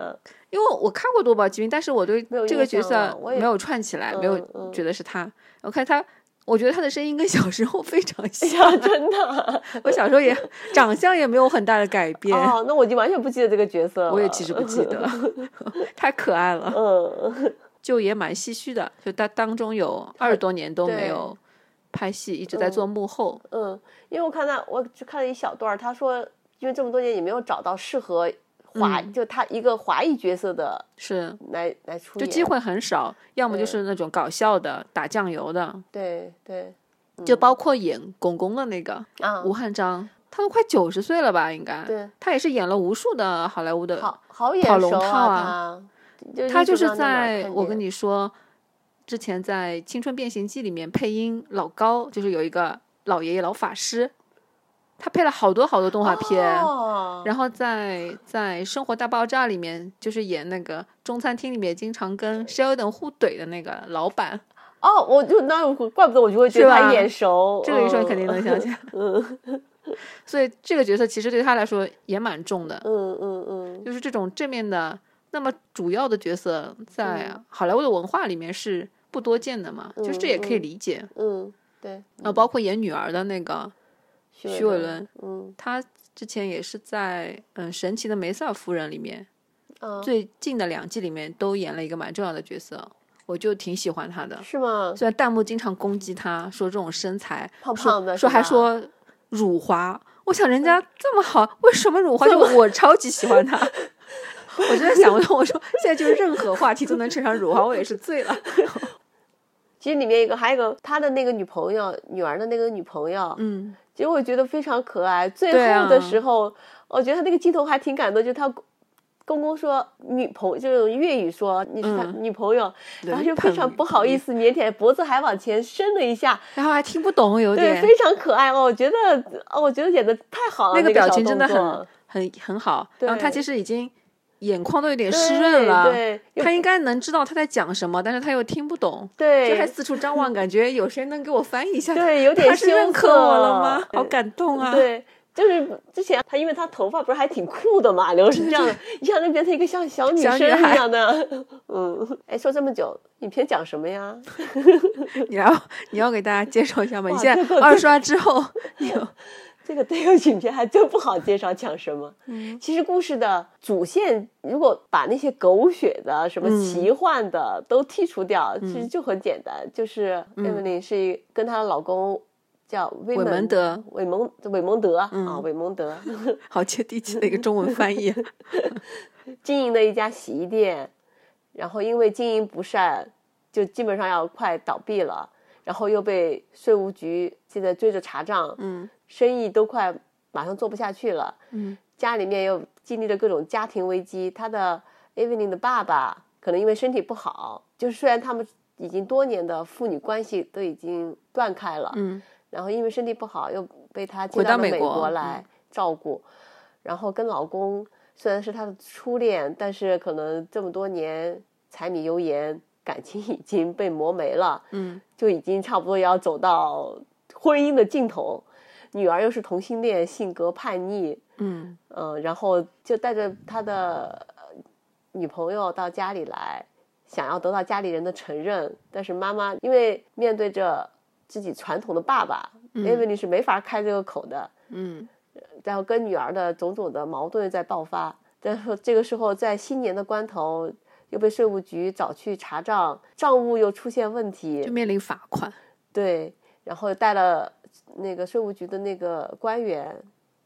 [SPEAKER 1] 因为我看过《夺宝奇兵》，但是我对
[SPEAKER 2] 没有
[SPEAKER 1] 这个
[SPEAKER 2] 印
[SPEAKER 1] 角
[SPEAKER 2] 象了
[SPEAKER 1] 色
[SPEAKER 2] 我也
[SPEAKER 1] 没有串起来，没
[SPEAKER 2] 嗯
[SPEAKER 1] 有
[SPEAKER 2] 嗯
[SPEAKER 1] 觉得是他。我看他，我觉得他的声音跟小时候 非常像。
[SPEAKER 2] 哎呀， 真的。
[SPEAKER 1] 我小时候也 长相也没有很大的改变，
[SPEAKER 2] 哦，那我就完全不记得这个角色了。
[SPEAKER 1] 我也其实不记 得，太可爱了。
[SPEAKER 2] 嗯，
[SPEAKER 1] 就也蛮唏嘘的，就他当中有二十多年都没
[SPEAKER 2] 对
[SPEAKER 1] 有拍戏，一直在做幕后。
[SPEAKER 2] 嗯，因为我看到我只看了一小段儿，他说因为这么多年也没有找到适合华，
[SPEAKER 1] 嗯
[SPEAKER 2] 就他一个华裔角色的
[SPEAKER 1] 是，
[SPEAKER 2] 来来出
[SPEAKER 1] 就
[SPEAKER 2] 演，
[SPEAKER 1] 机会很少，要么就
[SPEAKER 2] 嗯对
[SPEAKER 1] 是那种搞笑的、打酱油的，
[SPEAKER 2] 对对
[SPEAKER 1] 就包括演巩巩的那个
[SPEAKER 2] 嗯啊，
[SPEAKER 1] 吴汉章，他都快九十岁了吧？应该，
[SPEAKER 2] 对，
[SPEAKER 1] 他也是演了无数的好莱坞的，
[SPEAKER 2] 好好眼
[SPEAKER 1] 跑龙
[SPEAKER 2] 熟
[SPEAKER 1] 套
[SPEAKER 2] 啊，他就
[SPEAKER 1] 他
[SPEAKER 2] 一
[SPEAKER 1] 就
[SPEAKER 2] 直不知
[SPEAKER 1] 是
[SPEAKER 2] 道哪儿
[SPEAKER 1] 在
[SPEAKER 2] 看
[SPEAKER 1] 我
[SPEAKER 2] 见
[SPEAKER 1] 跟你说，之前在《青春变形记》里面配音老高，就是有一个老爷爷老法师，他配了好多好多动画片。
[SPEAKER 2] 哦，
[SPEAKER 1] 然后在在《生活大爆炸》里面，就是演那个中餐厅里面经常跟 Sheldon 互怼的那个老板，
[SPEAKER 2] 哦，我就那我怪不得我就会觉
[SPEAKER 1] 是
[SPEAKER 2] 得
[SPEAKER 1] 吧
[SPEAKER 2] 他眼熟，
[SPEAKER 1] 这个一说
[SPEAKER 2] 嗯
[SPEAKER 1] 你肯定能想 起来。所以这个角色其实对他来说也蛮重的，
[SPEAKER 2] 嗯嗯嗯，
[SPEAKER 1] 就是这种正面的，那么主要的角色在
[SPEAKER 2] 嗯
[SPEAKER 1] 好莱坞的文化里面是不多见的嘛，就是这也可以理解。
[SPEAKER 2] 嗯，对，
[SPEAKER 1] 呃，包括演女儿的那个
[SPEAKER 2] 徐
[SPEAKER 1] 徐伟伦，，
[SPEAKER 2] 嗯
[SPEAKER 1] 他之前也是在嗯《神奇的梅塞尔夫人》里面，
[SPEAKER 2] 啊，
[SPEAKER 1] 最近的两季里面都演了一个蛮重要的角色，我就挺喜欢他的。
[SPEAKER 2] 是吗？
[SPEAKER 1] 虽然弹幕经常攻击他，说这种身材
[SPEAKER 2] 胖
[SPEAKER 1] 说
[SPEAKER 2] 胖的是
[SPEAKER 1] 说还
[SPEAKER 2] 吧嗯
[SPEAKER 1] 说辱华。我想人家这么好，为什么辱 华？就我超级喜欢他， 我真的想不通。我说现在就是任何话题都能扯上辱华，我也是醉 了。
[SPEAKER 2] 其实里面一个还有一个他的那个女朋友，女儿的那个女朋友，
[SPEAKER 1] 嗯，
[SPEAKER 2] 其实我觉得非常可爱。最
[SPEAKER 1] 对啊
[SPEAKER 2] 后的时候，我觉得他那个镜头还挺感动，就是他公公说女朋就是粤语说你是他
[SPEAKER 1] 嗯
[SPEAKER 2] 女朋友，然后就非常不好意
[SPEAKER 1] 思，
[SPEAKER 2] 思，腼腆，脖子还往前伸了一下，
[SPEAKER 1] 然后还听不懂，有
[SPEAKER 2] 对，
[SPEAKER 1] 点
[SPEAKER 2] 非常可爱哦。我觉得，哦，我觉得演的太好了，
[SPEAKER 1] 那
[SPEAKER 2] 那
[SPEAKER 1] 个表情
[SPEAKER 2] 小
[SPEAKER 1] 真的
[SPEAKER 2] 动作
[SPEAKER 1] 很很很好，然后他
[SPEAKER 2] 对
[SPEAKER 1] 其实已经眼眶都有点湿
[SPEAKER 2] 对
[SPEAKER 1] 润了，
[SPEAKER 2] 对，又
[SPEAKER 1] 他应该能知道他在讲什么，但是他又听不懂，就还
[SPEAKER 2] 对
[SPEAKER 1] 四处张望，感觉有谁能给我翻译一下？
[SPEAKER 2] 对，有点
[SPEAKER 1] 他是认
[SPEAKER 2] 羞
[SPEAKER 1] 可我了
[SPEAKER 2] 涩
[SPEAKER 1] 吗？好感动啊！
[SPEAKER 2] 对，就是之前她，因为她头发不是还挺酷的嘛，留成这样的，一下就变成一个像小女
[SPEAKER 1] 小
[SPEAKER 2] 生
[SPEAKER 1] 女
[SPEAKER 2] 一
[SPEAKER 1] 孩
[SPEAKER 2] 样的。嗯，哎，说这么久，影片讲什么呀？
[SPEAKER 1] 你要你要给大家介绍一下吗？你
[SPEAKER 2] 哇
[SPEAKER 1] 现
[SPEAKER 2] 这
[SPEAKER 1] 在
[SPEAKER 2] 个
[SPEAKER 1] 二刷之后，你有
[SPEAKER 2] 这个这个影片还真不好介绍讲什么。嗯，其实故事的主线，如果把那些狗血的、什么
[SPEAKER 1] 嗯
[SPEAKER 2] 奇幻的都剔除掉，其实就很简单，就是
[SPEAKER 1] 嗯
[SPEAKER 2] Emily 是一跟她的老公叫威
[SPEAKER 1] 韦蒙德，
[SPEAKER 2] 韦蒙韦蒙德啊，
[SPEAKER 1] 嗯
[SPEAKER 2] 韦蒙德
[SPEAKER 1] 好接地气的一个中文翻 译，
[SPEAKER 2] 经营的一家洗衣店，然后因为经营不善，就基本上要快倒闭了，然后又被税务局现在追着查账，
[SPEAKER 1] 嗯
[SPEAKER 2] 生意都快马上做不下去了。
[SPEAKER 1] 嗯
[SPEAKER 2] 家里面又经历了各种家庭危机，他的 Evelyn 的爸爸可能因为身体不好，就是虽然他们已经多年的父女关系都已经断开了，
[SPEAKER 1] 嗯
[SPEAKER 2] 然后因为身体不好又被他接
[SPEAKER 1] 回到
[SPEAKER 2] 到了
[SPEAKER 1] 美
[SPEAKER 2] 美
[SPEAKER 1] 国嗯
[SPEAKER 2] 国来照顾，然后跟老公虽然是她的初恋，但是可能这么多年柴米油盐，感情已经被磨没了，
[SPEAKER 1] 嗯
[SPEAKER 2] 就已经差不多要走到婚姻的尽头。女儿又是同性恋，性格叛逆，
[SPEAKER 1] 嗯
[SPEAKER 2] 嗯，然后就带着他的呃女朋友到家里来，想要得到家里人的承认，但是妈妈因为面对着自己传统的爸爸，
[SPEAKER 1] 嗯
[SPEAKER 2] 艾 n 你是没法开这个口的，
[SPEAKER 1] 嗯
[SPEAKER 2] 然后跟女儿的种种的矛盾在爆发，然后这个时候在新年的关头又被税务局找去查账，账务又出现问题，
[SPEAKER 1] 就面临罚款，
[SPEAKER 2] 对，然后带了那个税务局的那个官员，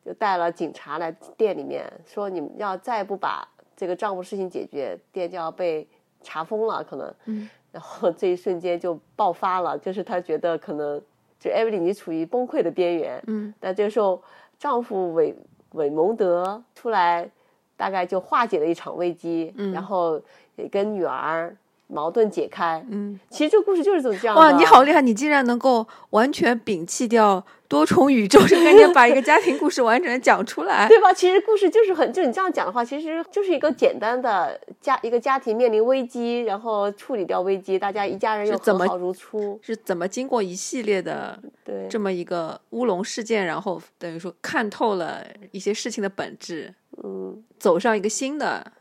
[SPEAKER 2] 就带了警察来店里面，说你们要再不把这个账目事情解决，店就要被查封了，可能。
[SPEAKER 1] 嗯。
[SPEAKER 2] 然后这一瞬间就爆发了，就是她觉得可能就艾 v 琳已经处于崩溃的边缘，
[SPEAKER 1] 嗯
[SPEAKER 2] 但这个时候，丈夫韦韦蒙德出来，大概就化解了一场危机，
[SPEAKER 1] 嗯
[SPEAKER 2] 然后也跟女儿矛盾解开。
[SPEAKER 1] 嗯。
[SPEAKER 2] 其实这故事就是这么这样的。
[SPEAKER 1] 哇，
[SPEAKER 2] 啊
[SPEAKER 1] 你好厉害！你竟然能够完全摒弃掉多重宇宙这个概念，把一个家庭故事完整的讲出来。
[SPEAKER 2] 对吧？其实故事就是很，就是你这样讲的话，其实就是一个简单的家，一个家庭面临危机，然后处理掉危机，大家一家人又
[SPEAKER 1] 是怎
[SPEAKER 2] 和
[SPEAKER 1] 么
[SPEAKER 2] 好如初。
[SPEAKER 1] 是怎么经过一系列的
[SPEAKER 2] 对，
[SPEAKER 1] 这么一个乌龙事件，然后等于说看透了一些事情的本质，
[SPEAKER 2] 嗯，
[SPEAKER 1] 走上一个新的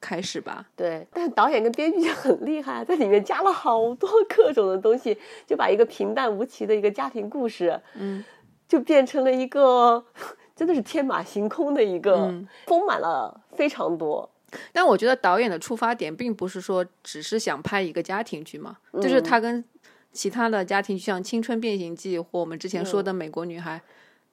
[SPEAKER 1] 开始吧？
[SPEAKER 2] 对。但导演跟编剧就很厉害，啊在里面加了好多 各种的东西，就把一个平淡无奇的一个家庭故事，
[SPEAKER 1] 嗯，
[SPEAKER 2] 就变成了一个 真的是天马行空的一个，
[SPEAKER 1] 嗯
[SPEAKER 2] 丰满了非常多。
[SPEAKER 1] 但我觉得导演的出发点并不是说只是想拍一个家庭剧嘛，就是他跟其他的家庭剧，像《青春变形记》或我们之前说的《美国女孩》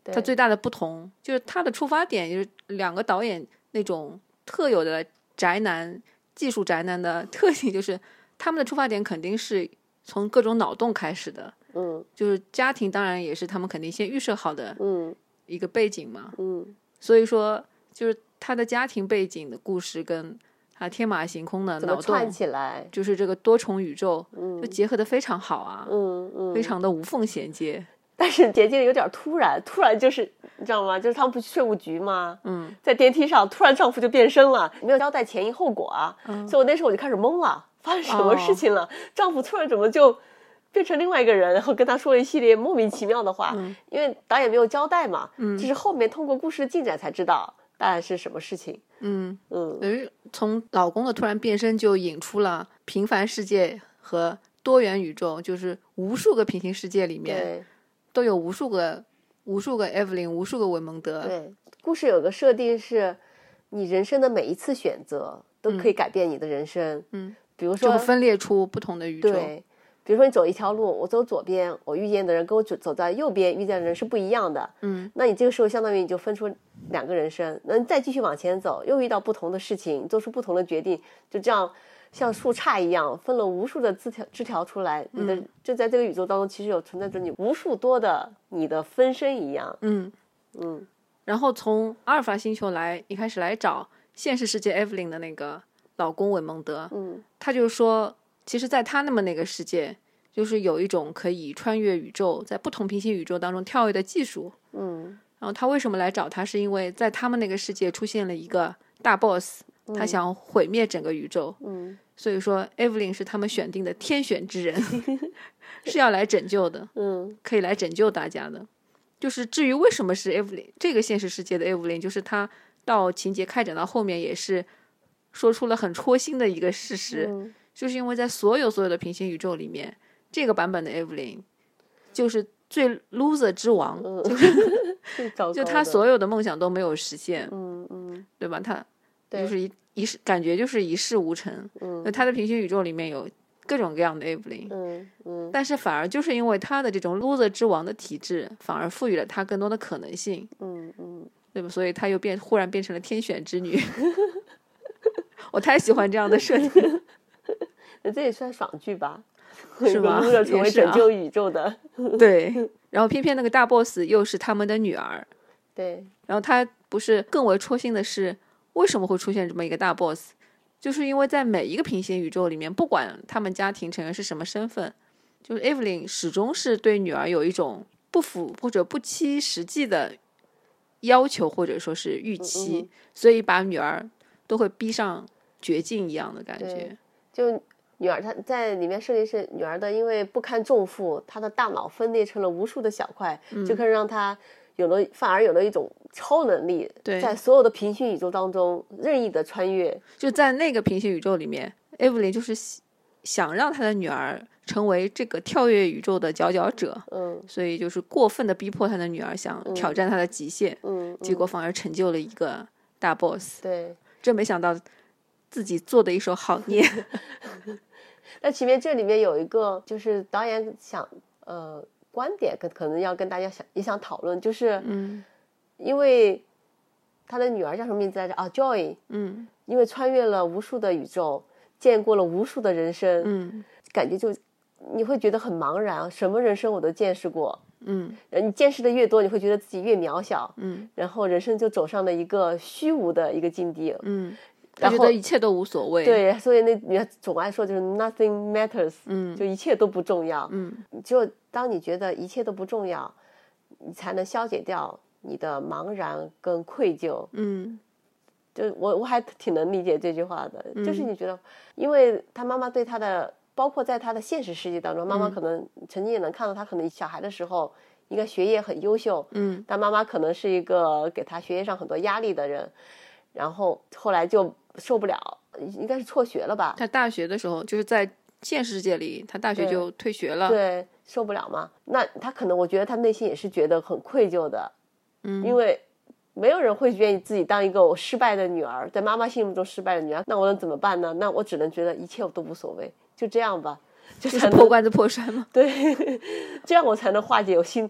[SPEAKER 2] 对
[SPEAKER 1] 它最大的不同就是它的出发点就是两个导演那种特有的宅男、技术宅男的特性，就是他们的出发点肯定是从各种脑洞开始的，
[SPEAKER 2] 嗯
[SPEAKER 1] 就是家庭当然也是他们肯定先预设好的
[SPEAKER 2] 嗯
[SPEAKER 1] 一个背景嘛，
[SPEAKER 2] 嗯，
[SPEAKER 1] 所以说就是他的家庭背景的故事跟他天马行空的
[SPEAKER 2] 怎么
[SPEAKER 1] 脑
[SPEAKER 2] 串
[SPEAKER 1] 洞，
[SPEAKER 2] 起来？
[SPEAKER 1] 就是这个多重宇宙就
[SPEAKER 2] 嗯
[SPEAKER 1] 结合的非常好啊，
[SPEAKER 2] 嗯嗯，
[SPEAKER 1] 非常的无缝衔接，
[SPEAKER 2] 但是捷径有点突然，突然就是你知道吗？就是他们不去税务局吗？
[SPEAKER 1] 嗯，
[SPEAKER 2] 在电梯上突然丈夫就变身了，没有交代前因后果啊，
[SPEAKER 1] 嗯
[SPEAKER 2] 所以我那时候我就开始懵了，发生什么
[SPEAKER 1] 哦
[SPEAKER 2] 事情了？丈夫突然怎么就变成另外一个人，然后跟他说了一系列莫名其妙的话，
[SPEAKER 1] 嗯
[SPEAKER 2] 因为导演没有交代嘛，
[SPEAKER 1] 嗯
[SPEAKER 2] 就是后面通过故事的进展才知道大概是什么事情，
[SPEAKER 1] 嗯，
[SPEAKER 2] 嗯，
[SPEAKER 1] 等于从老公的突然变身就引出了平凡世界和多元宇宙，就是无数个平行世界里面
[SPEAKER 2] 对
[SPEAKER 1] 都有无数个无数个 Evelyn，无数个韦蒙德，
[SPEAKER 2] 对，故事有个设定是，你人生的每一次选择都可以改变你的人生，
[SPEAKER 1] 嗯，
[SPEAKER 2] 比如
[SPEAKER 1] 就会
[SPEAKER 2] 说
[SPEAKER 1] 分裂出不同的宇宙。
[SPEAKER 2] 对，比如说你走一条路，我走左边，我遇见的人跟我走走在右边遇见的人是不一样的。
[SPEAKER 1] 嗯，
[SPEAKER 2] 那你这个时候相当于你就分出两个人生，那你再继续往前走，又遇到不同的事情，做出不同的决定，就这样像树杈一样分了无数的枝条枝条出来。你
[SPEAKER 1] 嗯
[SPEAKER 2] 的、就在这个宇宙当中，其实有存在着你无数多的你的分身一样。
[SPEAKER 1] 嗯，
[SPEAKER 2] 嗯，
[SPEAKER 1] 然后从阿尔法星球来，一开始来找现实世界 Evelyn 的那个老公韦蒙德，
[SPEAKER 2] 嗯，
[SPEAKER 1] 他就说，其实，在他那么那个世界，就是有一种可以穿越宇宙，在不同平行宇宙当中跳跃的技术，
[SPEAKER 2] 嗯，
[SPEAKER 1] 然后他为什么来找他？是因为在他们那个世界出现了一个大 boss，他想毁灭整个宇宙。
[SPEAKER 2] 嗯
[SPEAKER 1] 所以说，Evelyn 是他们选定的天选之人， 是要来拯救的，
[SPEAKER 2] 嗯
[SPEAKER 1] 可以来拯救大家的。就是至于为什么是 Evelyn 这个现实世界的 Evelyn，就是他到情节开展到后面也是说出了很戳心的一个事实，
[SPEAKER 2] 嗯
[SPEAKER 1] 就是因为在所有所有的平行宇宙里面，这个版本的 Evelyn 就是最 loser 之王，
[SPEAKER 2] 嗯，就是最糟糕
[SPEAKER 1] 就
[SPEAKER 2] 的
[SPEAKER 1] 他所有的梦想都没有实现，
[SPEAKER 2] 嗯嗯
[SPEAKER 1] 对吧？他
[SPEAKER 2] 对
[SPEAKER 1] 就是一一事，感觉就是一事无成。
[SPEAKER 2] 嗯
[SPEAKER 1] 那他的平行宇宙里面有各种各样的 Evelyn，
[SPEAKER 2] 嗯嗯
[SPEAKER 1] 但是反而就是因为他的这种 loser 之王的体质，反而赋予了他更多的可能性，
[SPEAKER 2] 嗯嗯，
[SPEAKER 1] 对吧？所以他又变忽然变成了天选之女。 我太喜欢这样的设 定，
[SPEAKER 2] 那这也算爽剧吧？
[SPEAKER 1] 是吧
[SPEAKER 2] 为了成为
[SPEAKER 1] 也是啊
[SPEAKER 2] 拯救宇 宙的，
[SPEAKER 1] 对。然后偏偏那个大 boss 又是他们的女儿，
[SPEAKER 2] 对，
[SPEAKER 1] 然后他不是更为戳心的是，为什么会出现这么一个大 boss？就是因为在每一个平行宇宙里面，不管他们家庭成员是什么身份，就是 Evelyn 始终是对女儿有一种不符或者不切实际的要求，或者说是预期，
[SPEAKER 2] 嗯
[SPEAKER 1] 所以把女儿都会逼上绝境一样的感觉
[SPEAKER 2] 对。就女儿她在里面设计是女儿的，因为不堪重负，她的大脑分裂成了无数的小块，
[SPEAKER 1] 嗯
[SPEAKER 2] 就可以让她有了，反而有了一种超能力，
[SPEAKER 1] 对
[SPEAKER 2] 在所有的平行宇宙当中任意的穿越。
[SPEAKER 1] 就在那个平行宇宙里面，Evelyn 就是喜想让她的女儿成为这个跳跃宇宙的佼佼者。
[SPEAKER 2] 嗯
[SPEAKER 1] 所以就是过分的逼迫他的女儿想挑战他的极限，
[SPEAKER 2] 嗯，
[SPEAKER 1] 结果反而成就了一个大 boss。
[SPEAKER 2] 对。
[SPEAKER 1] 真没想到自己做的一手好孽。
[SPEAKER 2] 那前面这里面有一个就是导演想呃观点可可能要跟大家想也想讨论，就是
[SPEAKER 1] 嗯
[SPEAKER 2] 因为他的女儿叫什么名字来着啊，Joy，
[SPEAKER 1] 嗯
[SPEAKER 2] 因为穿越了无数的宇宙，见过了无数的人生，
[SPEAKER 1] 嗯
[SPEAKER 2] 感觉就你会觉得很茫然，啊什么人生我都见识过。
[SPEAKER 1] 嗯
[SPEAKER 2] 呃你见识的越多，你会觉得自己越渺小，
[SPEAKER 1] 嗯
[SPEAKER 2] 然后人生就走上了一个虚无的一个境地。
[SPEAKER 1] 嗯，他
[SPEAKER 2] 然
[SPEAKER 1] 觉
[SPEAKER 2] 后
[SPEAKER 1] 得一切都无所谓。，
[SPEAKER 2] 对，所以那你看总爱说就是 nothing matters，
[SPEAKER 1] 嗯
[SPEAKER 2] 就一切都不重要。
[SPEAKER 1] 嗯
[SPEAKER 2] 只有当你觉得一切都不重要，你才能消解掉你的茫然跟愧疚。
[SPEAKER 1] 嗯
[SPEAKER 2] 就我我还挺能理解这句话的，就是
[SPEAKER 1] 嗯
[SPEAKER 2] 你觉得，因为他妈妈对他的，包括在他的现实世界当中，妈妈可能曾经也能看到他可能小孩的时候应该学业很优秀，
[SPEAKER 1] 嗯
[SPEAKER 2] 但妈妈可能是一个给他学业上很多压力的人，然后后来就受不了，应该是辍学了吧？
[SPEAKER 1] 他大学的时候就是在现实世界里，他大学
[SPEAKER 2] 对
[SPEAKER 1] 就退学了。
[SPEAKER 2] 对，受不了嘛。那他可能，我觉得他内心也是觉得很愧疚的，
[SPEAKER 1] 嗯
[SPEAKER 2] 因为没有人会愿意自己当一个我失败的女儿，在妈妈心目中失败的女儿，那我能怎么办呢？那我只能觉得一切都无所谓，就这样吧，就
[SPEAKER 1] 就
[SPEAKER 2] 才
[SPEAKER 1] 是破
[SPEAKER 2] 能
[SPEAKER 1] 罐子破摔嘛。
[SPEAKER 2] 对，这样我才能化解我心。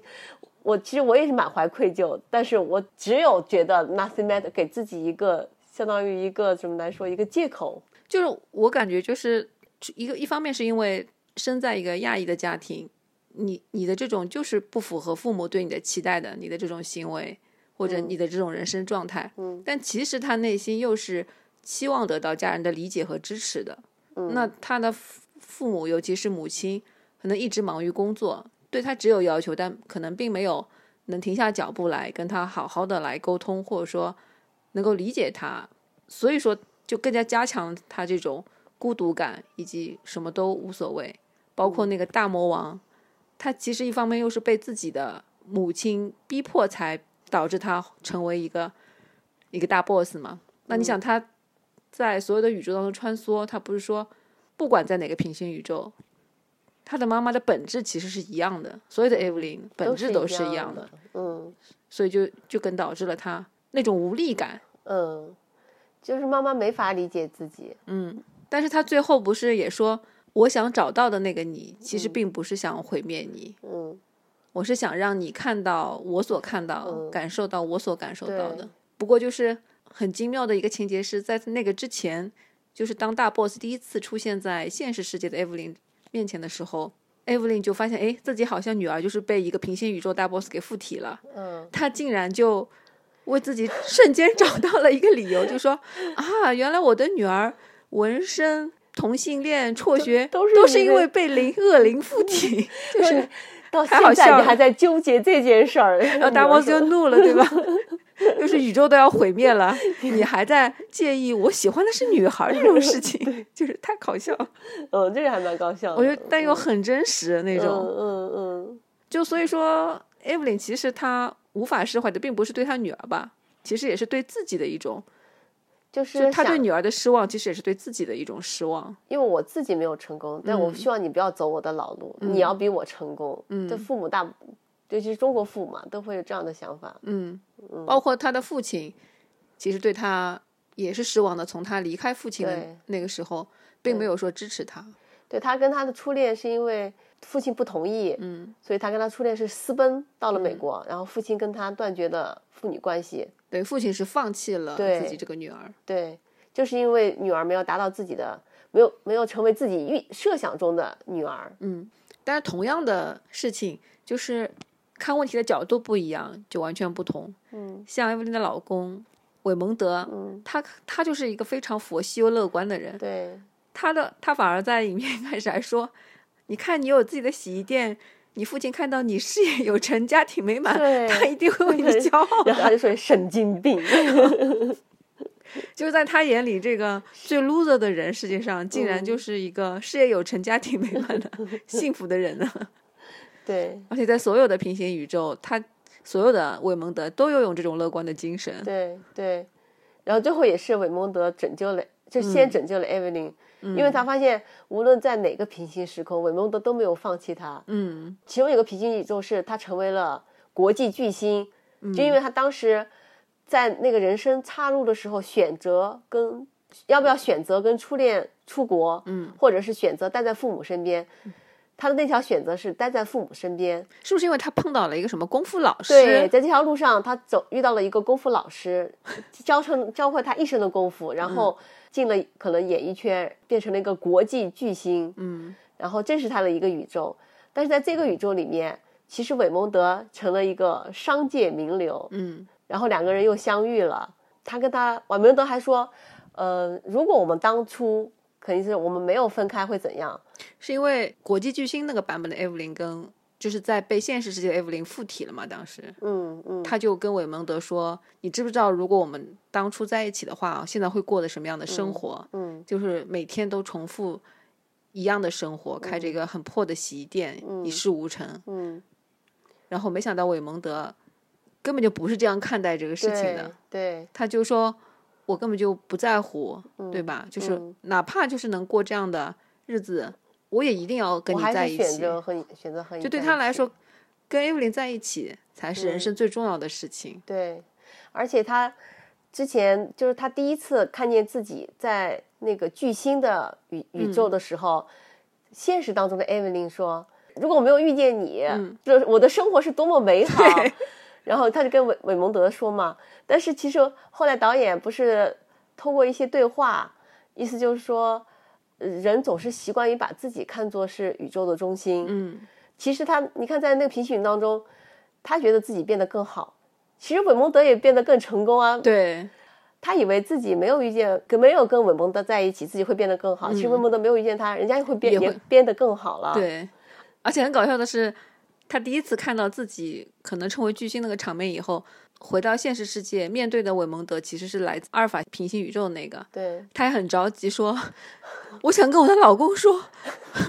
[SPEAKER 2] 我其实我也是满怀愧疚，但是我只有觉得 nothing matter，给自己一个相当于一个怎么来说一个借口，
[SPEAKER 1] 就是我感觉就是一个一方面是因为生在一个亚裔的家庭，你你的这种就是不符合父母对你的期待的，你的这种行为或者你的这种人生状态，
[SPEAKER 2] 嗯，
[SPEAKER 1] 但其实他内心又是期望得到家人的理解和支持的，
[SPEAKER 2] 嗯
[SPEAKER 1] 那他的父父母尤其是母亲，可能一直忙于工作，对他只有要求，但可能并没有能停下脚步来跟他好好的来沟通，或者说能够理解他，所以说就更加加强他这种孤独感以及什么都无所谓，包括那个大魔王，他其实一方面又是被自己的母亲逼迫才导致他成为一个一个大 boss 嘛。那你想他在所有的宇宙当中穿梭，他不是说不管在哪个平行宇宙，他的妈妈的本质其实是一样的，所有的 Evelyn 本质嗯都是一样的，，
[SPEAKER 2] 嗯。
[SPEAKER 1] 所以就就更导致了他那种无力感。
[SPEAKER 2] 嗯，就是妈妈没法理解自己，
[SPEAKER 1] 但是他最后不是也说，我想找到的那个你，其实并不是想毁灭你，
[SPEAKER 2] 嗯，
[SPEAKER 1] 我是想让你看到我所看到、
[SPEAKER 2] 嗯
[SPEAKER 1] 感受到我所感受到
[SPEAKER 2] 对
[SPEAKER 1] 的。不过就是很精妙的一个情节是在那个之前，就是当大 boss 第一次出现在现实世界的 Evelyn 面前的时候。Evelyn 就发现，哎，自己好像女儿就是被一个平行宇宙大 boss 给附体了。
[SPEAKER 2] 嗯，
[SPEAKER 1] 她竟然就为自己瞬间找到了一个理由，就 说啊，原来我的女儿纹身、同性恋、辍学，
[SPEAKER 2] 都都是
[SPEAKER 1] 都
[SPEAKER 2] 因
[SPEAKER 1] 是因
[SPEAKER 2] 为
[SPEAKER 1] 为 被灵恶灵附体。就是
[SPEAKER 2] 到
[SPEAKER 1] 太好
[SPEAKER 2] 现在
[SPEAKER 1] 笑
[SPEAKER 2] 你
[SPEAKER 1] 了
[SPEAKER 2] 还在纠结这件事儿，
[SPEAKER 1] 然后呃大
[SPEAKER 2] 王
[SPEAKER 1] 王就怒了，对吧？ 就是宇宙都要毁灭了，你还在介意我喜欢的是女孩儿这种事情， 就是太搞笑了。
[SPEAKER 2] 嗯，这个还蛮搞笑的，
[SPEAKER 1] 我觉得，但又很真实那
[SPEAKER 2] 嗯
[SPEAKER 1] 种。
[SPEAKER 2] 嗯嗯
[SPEAKER 1] 就所以说，Evelyn 其实她无法释怀的，并不是对她女儿吧，其实也是对自己的一种，
[SPEAKER 2] 嗯，就
[SPEAKER 1] 就是她对
[SPEAKER 2] 想
[SPEAKER 1] 女儿的失望，其实也是对自己的一种失望。
[SPEAKER 2] 因为我自己没有成功，但
[SPEAKER 1] 嗯
[SPEAKER 2] 我希望你不要走我的老路，你要比我成功。嗯，这父母大，尤其是中国父母嘛，都会有这样的想法。
[SPEAKER 1] 嗯，包括她的父亲，其实对她也是失望的。从她离开父亲的
[SPEAKER 2] 对
[SPEAKER 1] 那个时候，并没有说支持她。
[SPEAKER 2] 对他跟他的初恋是因为父亲不同意，嗯，所以他跟他初恋是私奔到了
[SPEAKER 1] 嗯
[SPEAKER 2] 美国，然后父亲跟他断绝了父女关系。
[SPEAKER 1] 对，父亲是放弃了
[SPEAKER 2] 对
[SPEAKER 1] 自己这个女儿。
[SPEAKER 2] 对，就是因为女儿没有达到自己的，没有没有成为自己预设想中的女儿。
[SPEAKER 1] 但是同样的事情，就是看问题的角度不一样，就完全不同。嗯，像艾薇琳的老公韦蒙德，嗯，他他就是一个非常佛系又乐观的人。
[SPEAKER 2] 对，
[SPEAKER 1] 他的他反而在影片开始还说：“你看，你有自己的洗衣店，你父亲看到你事业有成、家庭美满，
[SPEAKER 2] 对
[SPEAKER 1] 他一定会为你骄傲
[SPEAKER 2] 然后他
[SPEAKER 1] 的。
[SPEAKER 2] 就说神经病。
[SPEAKER 1] 就是在他眼里，这个最 loser 的人，世界上竟
[SPEAKER 2] 嗯
[SPEAKER 1] 然就是一个事业有成、家庭美满 的、幸福的人呢。
[SPEAKER 2] 对
[SPEAKER 1] 而且在所有的平行宇宙，他所有的韦蒙德都有用这种乐观的精神。
[SPEAKER 2] 对对，然后最后也是韦蒙德拯救了，就先拯救了艾薇琳，因为他发现无论在哪个平行时空，韦蒙德都没有放弃他。
[SPEAKER 1] 嗯
[SPEAKER 2] 其中有个平行宇宙是他成为了国际巨星，就因为他当时在那个人生岔路的时候，选择跟要不要选择跟初恋出国，嗯，或者是选择待在父母身边。他的那条选择是待在父母身边，
[SPEAKER 1] 是不是因为他碰到了一个什么功夫老
[SPEAKER 2] 对，
[SPEAKER 1] 师？
[SPEAKER 2] 在这条路上，他走遇到了一个功夫老师，教成教会他一身的功夫，然后
[SPEAKER 1] 嗯
[SPEAKER 2] 进了可能演艺圈，变成了一个国际巨星。
[SPEAKER 1] 嗯，
[SPEAKER 2] 然后这是他的一个宇宙，但是在这个宇宙里面，其实韦蒙德成了一个商界名流。
[SPEAKER 1] 嗯
[SPEAKER 2] 然后两个人又相遇了，他跟他韦蒙德还说，呃，如果我们当初肯定是我们没有分开会怎样？
[SPEAKER 1] 是因为国际巨星那个版本的艾芙琳跟就是在被现实世界的艾芙琳附体了嘛？当时
[SPEAKER 2] 嗯嗯，
[SPEAKER 1] 他就跟韦蒙德说：“你知不知道，如果我们当初在一起的话，现在会过的什么样的生活？
[SPEAKER 2] 嗯
[SPEAKER 1] 就是每天都重复一样的生活，开着一个很破的洗衣店，一事无成。”
[SPEAKER 2] 嗯，
[SPEAKER 1] 然后没想到韦蒙德根本就不是这样看待这个事情的，
[SPEAKER 2] 对
[SPEAKER 1] 他就说：“我根本就不在乎，对
[SPEAKER 2] 嗯
[SPEAKER 1] 吧？就是哪怕就是能过这样的日子，我也一定要
[SPEAKER 2] 对，
[SPEAKER 1] 跟
[SPEAKER 2] 我
[SPEAKER 1] 你
[SPEAKER 2] 还
[SPEAKER 1] 在
[SPEAKER 2] 是
[SPEAKER 1] 一
[SPEAKER 2] 选
[SPEAKER 1] 起。
[SPEAKER 2] 择和你选择和”你
[SPEAKER 1] 就对
[SPEAKER 2] 在
[SPEAKER 1] 他
[SPEAKER 2] 一
[SPEAKER 1] 来
[SPEAKER 2] 起嗯
[SPEAKER 1] 说，跟艾 v 琳在一起才是人生最重要的事情。
[SPEAKER 2] 对，而且他之前就是他第一次看见自己在那个巨星的宇宇
[SPEAKER 1] 嗯
[SPEAKER 2] 宙的时候，现实当中的艾薇琳说：“如果我没有遇见你，
[SPEAKER 1] 嗯
[SPEAKER 2] 这我的生活是多么美好。”然后他就跟韦韦蒙德说嘛，但是其实后来导演不是通过一些对话，意思就是说，呃人总是习惯于把自己看作是宇宙的中心，
[SPEAKER 1] 嗯，
[SPEAKER 2] 其实他，你看在那个评选当中，他觉得自己变得更好。其实韦蒙德也变得更成功啊，
[SPEAKER 1] 对，
[SPEAKER 2] 他以为自己没有遇见，跟没有跟韦蒙德在一起，自己会变得更好。其实韦蒙德没有遇见他，人家也会变
[SPEAKER 1] 嗯也会
[SPEAKER 2] 变得更好了。，
[SPEAKER 1] 对，而且很搞笑的是，他第一次看到自己可能成为巨星那个场面以后，回到现实世界，面对的韦蒙德其实是来自阿尔法平行宇宙那个。
[SPEAKER 2] 对，
[SPEAKER 1] 她还很着急说：“ 我想跟我的老公说，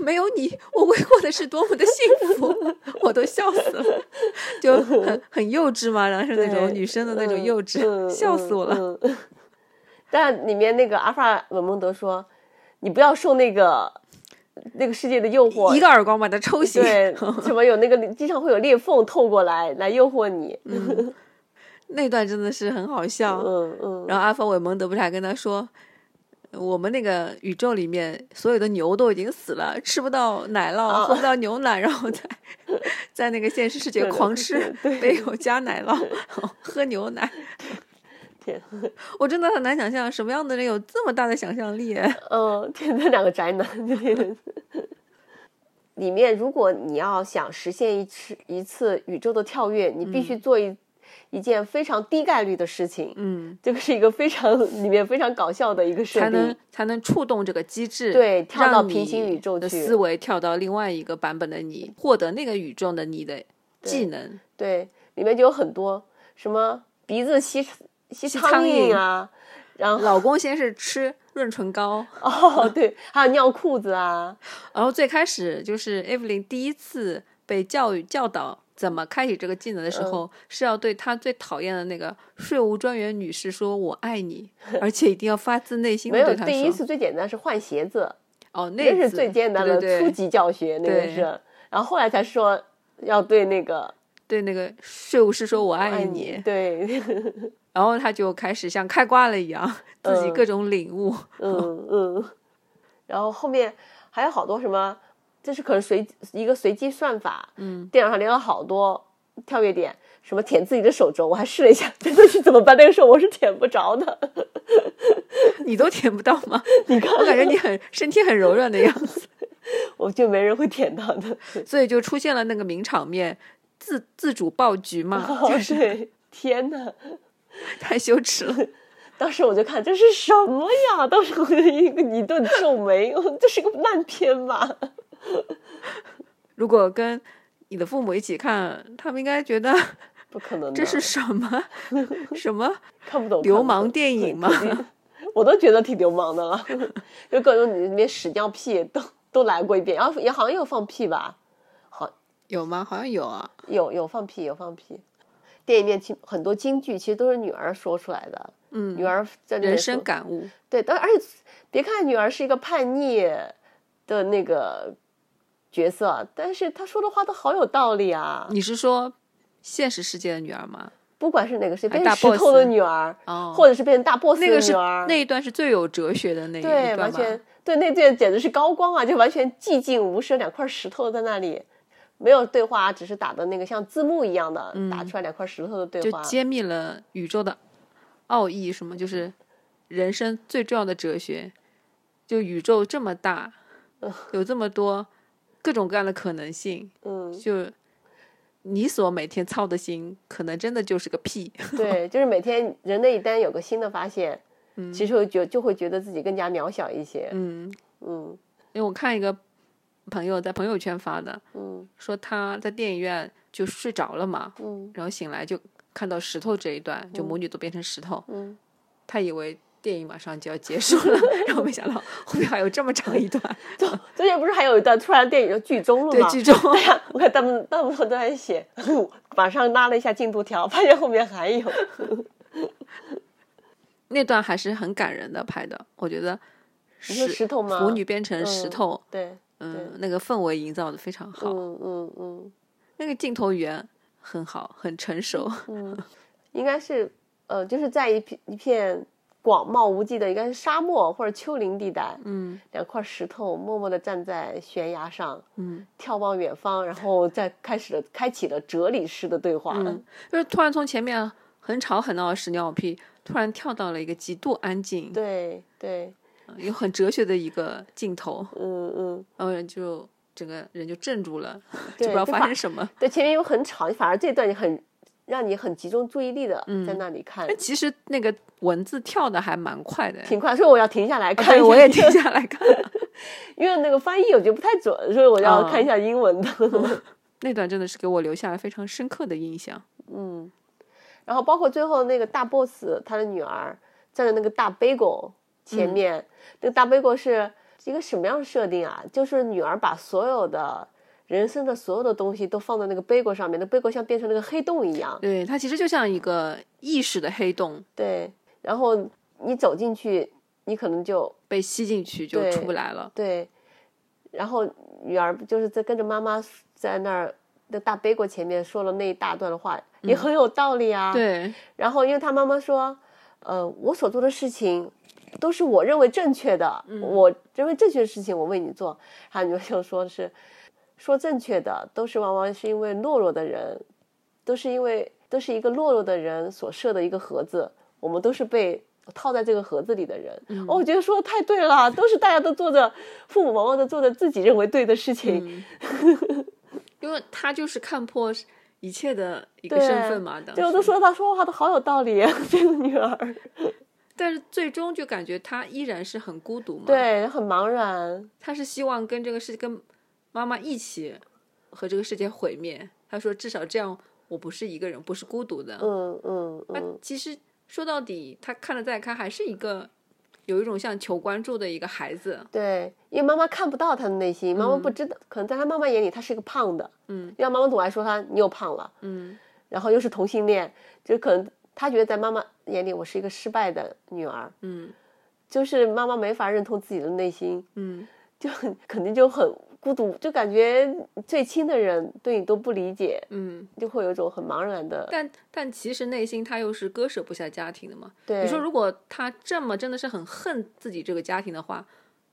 [SPEAKER 1] 没有你，我会过的是多么的幸福。” 我都笑死了，就 很很幼稚嘛，然后是那种
[SPEAKER 2] 对
[SPEAKER 1] 女生的那种
[SPEAKER 2] 嗯
[SPEAKER 1] 幼稚，
[SPEAKER 2] 嗯
[SPEAKER 1] 笑死我了。
[SPEAKER 2] 嗯嗯 但里面那个阿法韦蒙德说：“你不要受那个那个世界的诱惑，
[SPEAKER 1] 一个耳光把他抽醒，
[SPEAKER 2] 对什么有那个经常会有裂缝透过来来诱惑你。
[SPEAKER 1] 那段真的是很嗯好笑。
[SPEAKER 2] 嗯嗯，
[SPEAKER 1] 然后阿法韦蒙德不是还跟他说，我们那个宇宙里面所有的牛都已经死了，吃不到奶酪，
[SPEAKER 2] 啊
[SPEAKER 1] 喝不到牛奶，然后在在那个现实世界
[SPEAKER 2] 对的
[SPEAKER 1] 狂吃北有加奶酪，喝牛奶。
[SPEAKER 2] 天，啊
[SPEAKER 1] 我真的很难想象什么样的人有这么大的想象 力。
[SPEAKER 2] 嗯，天那两个宅男，这些人。里面，如果你要想实现一次一次宇宙的跳跃，你必须做一、一件非常低概率的事情，
[SPEAKER 1] 嗯，
[SPEAKER 2] 这个是一个非常里面非常搞笑的一个设
[SPEAKER 1] 才能
[SPEAKER 2] 定，
[SPEAKER 1] 才能触动这个机制，
[SPEAKER 2] 对跳到
[SPEAKER 1] 让
[SPEAKER 2] 平行
[SPEAKER 1] 你
[SPEAKER 2] 宇宙
[SPEAKER 1] 的
[SPEAKER 2] 去
[SPEAKER 1] 思维跳到另外一个版本的你，获得那个宇宙的你的技能，
[SPEAKER 2] 对，里面就有很多什么鼻子吸吸
[SPEAKER 1] 吸
[SPEAKER 2] 苍
[SPEAKER 1] 苍
[SPEAKER 2] 蝇
[SPEAKER 1] 蝇
[SPEAKER 2] 啊，然后
[SPEAKER 1] 老公先是吃润唇膏，
[SPEAKER 2] 哦对，还有尿裤 子啊，
[SPEAKER 1] 然后最开始就是 Evelyn 第一次被教育教导怎么开启这个技能的时
[SPEAKER 2] 嗯
[SPEAKER 1] 候，是要对她最讨厌的那个税务专员女士说“我爱 你”，而且一定要发自内心
[SPEAKER 2] 没
[SPEAKER 1] 的
[SPEAKER 2] 有
[SPEAKER 1] 对她
[SPEAKER 2] 第一
[SPEAKER 1] 说。
[SPEAKER 2] 次最简单是换鞋子，
[SPEAKER 1] 哦，那
[SPEAKER 2] 那是
[SPEAKER 1] 次
[SPEAKER 2] 最简单的
[SPEAKER 1] 对
[SPEAKER 2] 初
[SPEAKER 1] 对对
[SPEAKER 2] 级教学，那个
[SPEAKER 1] 对
[SPEAKER 2] 是，然后后来才说要对那个
[SPEAKER 1] 对那个税务师说“我爱你”，
[SPEAKER 2] 嗯你，哎对，
[SPEAKER 1] 然后她就开始像开挂了一样，自己
[SPEAKER 2] 嗯
[SPEAKER 1] 各种领悟。
[SPEAKER 2] 嗯嗯，然后后面还有好多什么，这是可能随一个随机算法，
[SPEAKER 1] 嗯，
[SPEAKER 2] 电脑上连了好多跳跃点，什么舔自己的手肘，我还试了一下， 真的是怎么办？那个时候我是舔不着的，
[SPEAKER 1] 你都舔不到吗？
[SPEAKER 2] 你看，
[SPEAKER 1] 我感觉你很身体很柔软的样 子，
[SPEAKER 2] 我就没人会舔到的，
[SPEAKER 1] 所以就出现了那个名场面，自自主爆菊嘛，啊 就是
[SPEAKER 2] 哦对，天哪！
[SPEAKER 1] 太羞耻了。
[SPEAKER 2] 当时我就看这是什么呀？当时我就一个一顿皱眉，这是个烂片吧？
[SPEAKER 1] 如果跟你的父母一起看，他们应该觉得
[SPEAKER 2] 不可能的，
[SPEAKER 1] 这是什 么什么
[SPEAKER 2] 看不懂
[SPEAKER 1] 流氓电
[SPEAKER 2] 影
[SPEAKER 1] 影吗？
[SPEAKER 2] 我都觉得挺流氓的了， 就各种你那边屎尿屁都都来过一遍，然后也好像也有放屁吧，
[SPEAKER 1] 有吗？好像有啊。
[SPEAKER 2] 有有放屁有放屁。电影里面其很多京剧其实都是女儿说出来的，
[SPEAKER 1] 嗯，
[SPEAKER 2] 女儿在里面
[SPEAKER 1] 人
[SPEAKER 2] 说
[SPEAKER 1] 生感悟，
[SPEAKER 2] 对，但而且别看女儿是一个叛逆的那个角色，但是她说的话都好有道理啊。
[SPEAKER 1] 你是说现实世界的女儿吗？
[SPEAKER 2] 不管是哪个谁，
[SPEAKER 1] 还
[SPEAKER 2] 变
[SPEAKER 1] 哎
[SPEAKER 2] 成
[SPEAKER 1] 大
[SPEAKER 2] 石头
[SPEAKER 1] boss
[SPEAKER 2] 的女儿，
[SPEAKER 1] 哦，
[SPEAKER 2] 或者是变成大 boss 的
[SPEAKER 1] 那个是
[SPEAKER 2] 女儿，
[SPEAKER 1] 那一段是最有哲学的那一
[SPEAKER 2] 对，
[SPEAKER 1] 段
[SPEAKER 2] 完
[SPEAKER 1] 吧？
[SPEAKER 2] 全对，那这简直是高光啊！就完全寂静无声，两块石头在那里，没有对话，只是打的那个像字幕一样的、打出来两块石头的对
[SPEAKER 1] 嗯就
[SPEAKER 2] 话。
[SPEAKER 1] 揭秘了宇宙的奥义，什么就是人生最重要的哲学。就宇宙这么大，有这么多各种各样的可能性，
[SPEAKER 2] 嗯，
[SPEAKER 1] 就你所每天操的心，可能真的就是个 屁。
[SPEAKER 2] 对，就是每天人的一旦有个新的发现，其实会觉就会觉得自己更加渺小一些。
[SPEAKER 1] 嗯，
[SPEAKER 2] 嗯
[SPEAKER 1] 因为我看一个朋友在朋友圈发的，
[SPEAKER 2] 嗯
[SPEAKER 1] 说他在电影院就睡着了嘛，
[SPEAKER 2] 嗯
[SPEAKER 1] 然后醒来就看到石头这一段，就母女都变成石头，
[SPEAKER 2] 嗯，
[SPEAKER 1] 他以为电影马上就要结束了， 然后没想到后面还有这么长一段，
[SPEAKER 2] 最 近不是还有一段突然电影就剧终了
[SPEAKER 1] 对
[SPEAKER 2] 吗？
[SPEAKER 1] 剧中
[SPEAKER 2] 对呀、我看弹幕弹幕上都在写， 马上拉了一下进度条，发现后面还有。
[SPEAKER 1] 那段还是很感人的拍的，我觉得
[SPEAKER 2] 你说
[SPEAKER 1] 石
[SPEAKER 2] 石头吗？
[SPEAKER 1] 母女变成石
[SPEAKER 2] 嗯
[SPEAKER 1] 头，
[SPEAKER 2] 对，
[SPEAKER 1] 嗯，那个氛围营造的非常好，
[SPEAKER 2] 嗯嗯嗯
[SPEAKER 1] 那个镜头语言很好，很成 熟。
[SPEAKER 2] 嗯，应该是呃，就是在一片一片广袤无际的，应该是沙漠或者丘陵地带，
[SPEAKER 1] 嗯
[SPEAKER 2] 两块石头默默地站在悬崖上，
[SPEAKER 1] 嗯，
[SPEAKER 2] 眺望远方，然后再开始了开启了哲理式的对话。
[SPEAKER 1] 嗯就是突然从前面很吵很闹的屎尿屁，突然跳到了一个极度安静，
[SPEAKER 2] 对对，
[SPEAKER 1] 嗯有很哲学的一个镜头，
[SPEAKER 2] 嗯嗯，
[SPEAKER 1] 然后就整个人就镇住了， 就
[SPEAKER 2] 对，
[SPEAKER 1] 不知道
[SPEAKER 2] 就
[SPEAKER 1] 发
[SPEAKER 2] 反
[SPEAKER 1] 生什么。
[SPEAKER 2] 对前面又很吵，反而这段你很让你很集中注意力的
[SPEAKER 1] 嗯
[SPEAKER 2] 在那里看，
[SPEAKER 1] 但其实那个文字跳的还蛮快的，
[SPEAKER 2] 挺快，所以我要停下来
[SPEAKER 1] 啊
[SPEAKER 2] 看
[SPEAKER 1] 对
[SPEAKER 2] 一下，
[SPEAKER 1] 我也停下来看了。
[SPEAKER 2] 因为那个翻译我觉得不太准，所以我要
[SPEAKER 1] 啊
[SPEAKER 2] 看一下 英文的。
[SPEAKER 1] 那段真的是给我留下了非常深刻的印象。
[SPEAKER 2] 嗯，然后包括最后那个大 boss 他的女儿站在那个大 bagel 前面，那个大 bagel 是一个什么样的设定啊？就是女儿把所有的人生的所有的东西都放在那个 bagel 上面，那 bagel 像变成那个黑洞一样，
[SPEAKER 1] 对，它其实就像一个意识的黑洞，
[SPEAKER 2] 对，然后你走进去，你可能就
[SPEAKER 1] 被吸进去就
[SPEAKER 2] 对
[SPEAKER 1] 出不来了。
[SPEAKER 2] 对，然后女儿就是在跟着妈妈在那儿。那大 bagel 前面说了那一大段的话，也很有道理啊。
[SPEAKER 1] 对，
[SPEAKER 2] 然后因为他妈妈说，呃，我所做的事情都是我认为正确的，我认为正确的事情我为你做。然后你们就说是说正确的都是往往是因为懦弱的人，都是因为都是一个懦弱的人所设的一个盒子，我们都是被。套在这个盒子里的人，哦，我觉得说的太对了，都是大家都做着，父母往往都做着自己认为对的事情，
[SPEAKER 1] 因为他就是看破一切的一个
[SPEAKER 2] 对
[SPEAKER 1] 身份嘛。当
[SPEAKER 2] 对，我都
[SPEAKER 1] 时，
[SPEAKER 2] 说他说话都好有道理、啊，这个女儿，
[SPEAKER 1] 但是最终就感觉她依然是很孤独嘛。，
[SPEAKER 2] 对，很茫然，
[SPEAKER 1] 她是希望跟这个世跟妈妈一起和这个世界毁灭。她说至少这样我不是一个人，不是孤独的。
[SPEAKER 2] 嗯嗯
[SPEAKER 1] 那
[SPEAKER 2] 嗯，
[SPEAKER 1] 其实说到底，他看了再看，还是一个有一种像求关注的一个孩子。
[SPEAKER 2] 对，因为妈妈看不到他的内心，妈妈不知道，可能在他妈妈眼里他是个胖的，
[SPEAKER 1] 嗯，
[SPEAKER 2] 因为妈妈总爱说他你又胖了，
[SPEAKER 1] 嗯
[SPEAKER 2] 然后又是同性恋，就可能他觉得在妈妈眼里我是一个失败的女儿，
[SPEAKER 1] 嗯
[SPEAKER 2] 就是妈妈没法认同自己的内心，
[SPEAKER 1] 嗯，
[SPEAKER 2] 就很肯定就很孤独，就感觉最亲的人对你都不理解，
[SPEAKER 1] 嗯。
[SPEAKER 2] 就会有一种很茫然的。
[SPEAKER 1] 但但其实内心他又是割舍不下家庭的嘛。
[SPEAKER 2] 对，
[SPEAKER 1] 你说如果他这么真的是很恨自己这个家庭的话，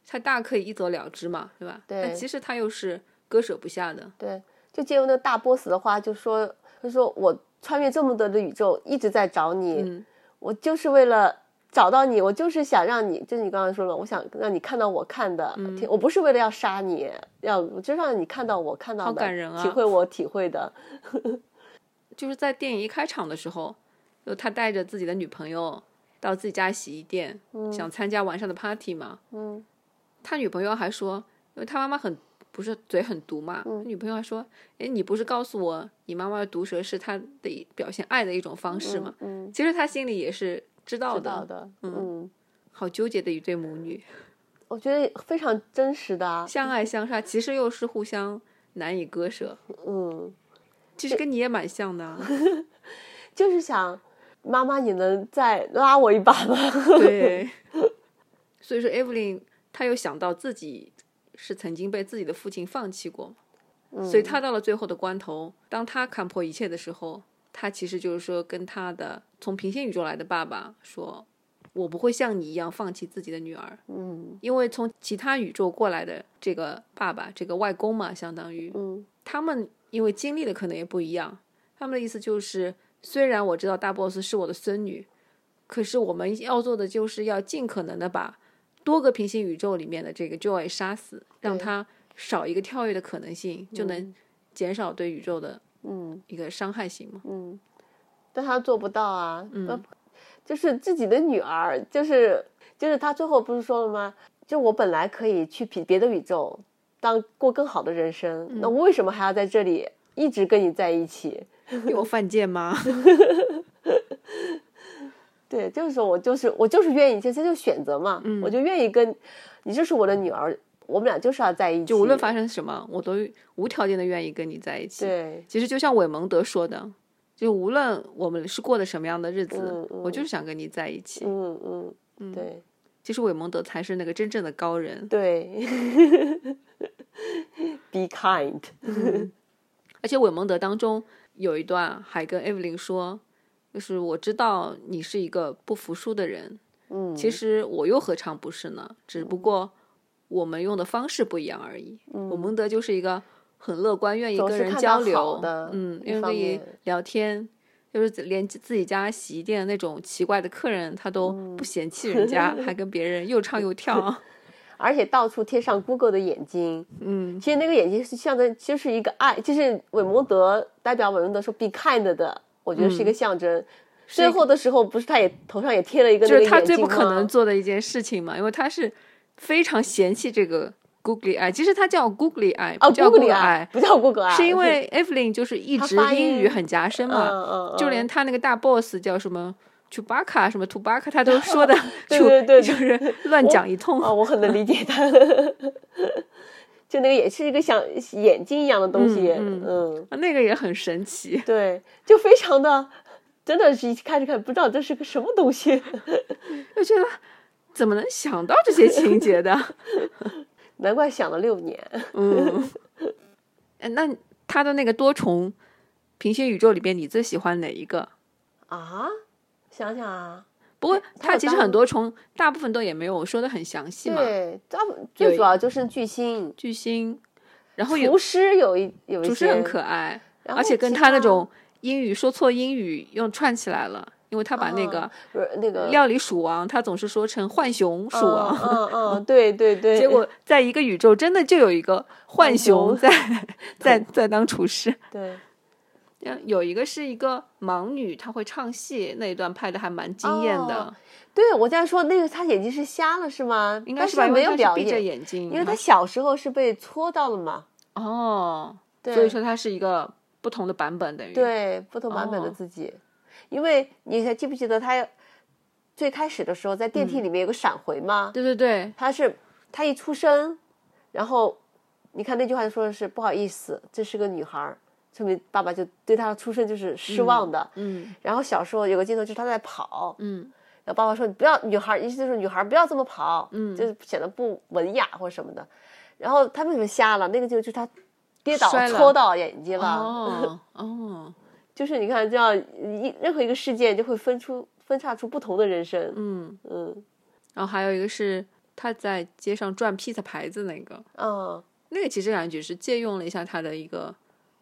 [SPEAKER 1] 他大可以一走了之嘛，对吧？
[SPEAKER 2] 对
[SPEAKER 1] 但其实他又是割舍不下的。
[SPEAKER 2] 对，就借用那大 boss 的话，就说他说我穿越这么多的宇宙，一直在找你，
[SPEAKER 1] 嗯
[SPEAKER 2] 我就是为了找到你，我就是想让你，就是你刚刚说了，我想让你看到我看的，体我不是为了要杀你，要我就让你看到我看到的，
[SPEAKER 1] 好感人啊
[SPEAKER 2] 体会我体会的，
[SPEAKER 1] 就是在电影一开场的时候，就他带着自己的女朋友到自己家洗衣店，想参加晚上的 party 嘛。
[SPEAKER 2] 嗯，
[SPEAKER 1] 他女朋友还说，因为他妈妈很不是嘴很毒嘛，
[SPEAKER 2] 嗯
[SPEAKER 1] 他女朋友还说，哎，你不是告诉我你妈妈的毒舌是她的一表现爱的一种方式吗？
[SPEAKER 2] 嗯，
[SPEAKER 1] 其实他心里也是知道
[SPEAKER 2] 知
[SPEAKER 1] 的，
[SPEAKER 2] 道的，嗯，
[SPEAKER 1] 好纠结的一对母女，
[SPEAKER 2] 我觉得非常真实的啊，
[SPEAKER 1] 相爱相杀，其实又是互相难以割舍，
[SPEAKER 2] 嗯，
[SPEAKER 1] 其实跟你也蛮像的啊，
[SPEAKER 2] 就是想妈妈，你能再拉我一把吗？
[SPEAKER 1] 对，所以说 Evelyn 她又想到自己是曾经被自己的父亲放弃过，所以她到了最后的关头，当她看破一切的时候，她其实就是说跟她的从平行宇宙来的爸爸说：“我不会像你一样放弃自己的女儿。”
[SPEAKER 2] 嗯
[SPEAKER 1] 因为从其他宇宙过来的这个爸爸，这个外公嘛，相当于
[SPEAKER 2] 嗯
[SPEAKER 1] 他们因为经历的可能也不一样，他们的意思就是，虽然我知道大 boss 是我的孙女，可是我们要做的就是要尽可能的把多个平行宇宙里面的这个 Joy 杀死，让他少一个跳跃的可能性，就能减少对宇宙的
[SPEAKER 2] 嗯。
[SPEAKER 1] 一个伤害性嘛。
[SPEAKER 2] 嗯，但他做不到啊。嗯，就是自己的女儿，就是就是他最后不是说了吗？就我本来可以去别别的宇宙，当过更好的人生，那
[SPEAKER 1] 嗯
[SPEAKER 2] 我为什么还要在这里一直跟你在一起？
[SPEAKER 1] 有犯贱吗？
[SPEAKER 2] 对，就是说我就是我就是愿意，这这就是选择嘛，
[SPEAKER 1] 嗯
[SPEAKER 2] 我就愿意跟你，就是我的女儿，我们俩就是要在一起，
[SPEAKER 1] 就无论发生什么，我都无条件的愿意跟你在一起。
[SPEAKER 2] 对，
[SPEAKER 1] 其实就像韦蒙德说的，就无论我们是过的什么样的日子，
[SPEAKER 2] 嗯嗯
[SPEAKER 1] 我就是想跟你在一起。
[SPEAKER 2] 嗯嗯，对
[SPEAKER 1] 其实韦蒙德才是那个真正的高人，
[SPEAKER 2] 对 ，Be kind，
[SPEAKER 1] 而且韦蒙德当中有一段还跟艾 v 琳说，就是我知道你是一个不服输的人，
[SPEAKER 2] 嗯，
[SPEAKER 1] 其实我又何尝不是呢？只不过我们用的方式不一样而已。韦蒙德就是一个很乐观，愿意
[SPEAKER 2] 嗯总
[SPEAKER 1] 跟
[SPEAKER 2] 是
[SPEAKER 1] 人
[SPEAKER 2] 看
[SPEAKER 1] 交
[SPEAKER 2] 到
[SPEAKER 1] 流
[SPEAKER 2] 好的，
[SPEAKER 1] 嗯，
[SPEAKER 2] 一
[SPEAKER 1] 愿意
[SPEAKER 2] 方
[SPEAKER 1] 跟你
[SPEAKER 2] 面
[SPEAKER 1] 聊天。就是连自己家洗衣店的那种奇怪的客人，他都
[SPEAKER 2] 嗯
[SPEAKER 1] 不嫌弃人家，还跟别人又唱又 跳。
[SPEAKER 2] 而且到处贴上 Google 的眼睛，
[SPEAKER 1] 嗯，
[SPEAKER 2] 其实那个眼睛是象征，就是一个爱，就是韦蒙德代表韦蒙德说 “be kind” 的，我觉得
[SPEAKER 1] 嗯
[SPEAKER 2] 是一个象征。最后的时候，不是他也头上也贴了一个那
[SPEAKER 1] 就
[SPEAKER 2] 个
[SPEAKER 1] 是他
[SPEAKER 2] 眼
[SPEAKER 1] 最
[SPEAKER 2] 镜
[SPEAKER 1] 不
[SPEAKER 2] 吗？
[SPEAKER 1] 可能做的一件事情嘛，因为他是非常嫌弃这个 googly eye，其实他叫 googly eye，
[SPEAKER 2] 啊
[SPEAKER 1] 不叫
[SPEAKER 2] Google
[SPEAKER 1] googly
[SPEAKER 2] 爱
[SPEAKER 1] eye，
[SPEAKER 2] 不叫 Google 爱，
[SPEAKER 1] 是因为 Evelyn 就是一直
[SPEAKER 2] 他发音
[SPEAKER 1] 英语很夹生
[SPEAKER 2] 嗯
[SPEAKER 1] 嘛，
[SPEAKER 2] 嗯，嗯
[SPEAKER 1] 就连他那个大 boss 叫什么 Chewbacca 什么 Tubacca，他 都说的
[SPEAKER 2] 对
[SPEAKER 1] 就
[SPEAKER 2] 对对对
[SPEAKER 1] 就是乱讲一通。
[SPEAKER 2] 啊，我很能理解他。就那个也是一个像眼睛一样的东西，
[SPEAKER 1] 嗯
[SPEAKER 2] 嗯
[SPEAKER 1] 那个也很神奇，
[SPEAKER 2] 对，就非常的，真的是一开始看不知道这是个什么东西。
[SPEAKER 1] 就觉得怎么能想到这些情节的？
[SPEAKER 2] 难怪想了六年。
[SPEAKER 1] 嗯，哎那他的那个多重平行宇宙里边，你最喜欢哪一个？
[SPEAKER 2] 啊，想想啊，
[SPEAKER 1] 不过
[SPEAKER 2] 它
[SPEAKER 1] 它
[SPEAKER 2] 有
[SPEAKER 1] 其实
[SPEAKER 2] 单
[SPEAKER 1] 很多重，大部分都也没有说的很详细嘛。
[SPEAKER 2] 对，他们
[SPEAKER 1] 有
[SPEAKER 2] 最
[SPEAKER 1] 一
[SPEAKER 2] 主要就是巨星，
[SPEAKER 1] 巨星，然后有
[SPEAKER 2] 厨师有一有一
[SPEAKER 1] 主
[SPEAKER 2] 些，
[SPEAKER 1] 是很可爱，
[SPEAKER 2] 然后
[SPEAKER 1] 而且跟
[SPEAKER 2] 其
[SPEAKER 1] 他那种英语说错英语又串起来了，因为他把那个
[SPEAKER 2] 不是那个
[SPEAKER 1] 料理鼠王，他总是说成浣熊鼠王，
[SPEAKER 2] 嗯嗯 嗯，对对对，
[SPEAKER 1] 结果在一个宇宙真的就有一个浣
[SPEAKER 2] 浣
[SPEAKER 1] 熊
[SPEAKER 2] 熊
[SPEAKER 1] 在在在当厨师。
[SPEAKER 2] 对，
[SPEAKER 1] 呃有一个是一个盲女，她会唱戏，那一段拍的还蛮惊艳的，
[SPEAKER 2] 哦对，我在说那个他眼睛是瞎了是吗？
[SPEAKER 1] 应该
[SPEAKER 2] 但
[SPEAKER 1] 吧？
[SPEAKER 2] 是
[SPEAKER 1] 因
[SPEAKER 2] 没
[SPEAKER 1] 为她
[SPEAKER 2] 有
[SPEAKER 1] 是
[SPEAKER 2] 表
[SPEAKER 1] 闭着
[SPEAKER 2] 演，
[SPEAKER 1] 眼睛，
[SPEAKER 2] 因为他
[SPEAKER 1] 她
[SPEAKER 2] 小时候是被戳到了嘛。
[SPEAKER 1] 哦，
[SPEAKER 2] 对
[SPEAKER 1] 所以说它是一个不同的版本，等于，
[SPEAKER 2] 对，不同版本的
[SPEAKER 1] 哦
[SPEAKER 2] 自己。因为你还记不记得他最开始的时候在电
[SPEAKER 1] 嗯
[SPEAKER 2] 梯里面有个闪回吗？
[SPEAKER 1] 对对对，
[SPEAKER 2] 他是他一出生，然后你看那句话说的是不好意思，这是个女孩儿，说明爸爸就对她的出生就是失望的。
[SPEAKER 1] 嗯
[SPEAKER 2] 然后小时候有个镜头就是他在跑，
[SPEAKER 1] 嗯
[SPEAKER 2] 然后爸爸说你不要女孩儿，意思就是女孩儿不要这么跑，嗯，就是显得不文雅或什么的。然后他为什么瞎了？那个就是他跌倒
[SPEAKER 1] 摔了
[SPEAKER 2] 戳到眼睛了，
[SPEAKER 1] 哦哦
[SPEAKER 2] 就是你看，这样一任何一个事件就会分出分叉出不同的人生。
[SPEAKER 1] 嗯，
[SPEAKER 2] 嗯
[SPEAKER 1] 然后哦还有一个是他在街上转披萨牌子那个，
[SPEAKER 2] 啊，
[SPEAKER 1] 那个其实感觉是借用了一下他的一个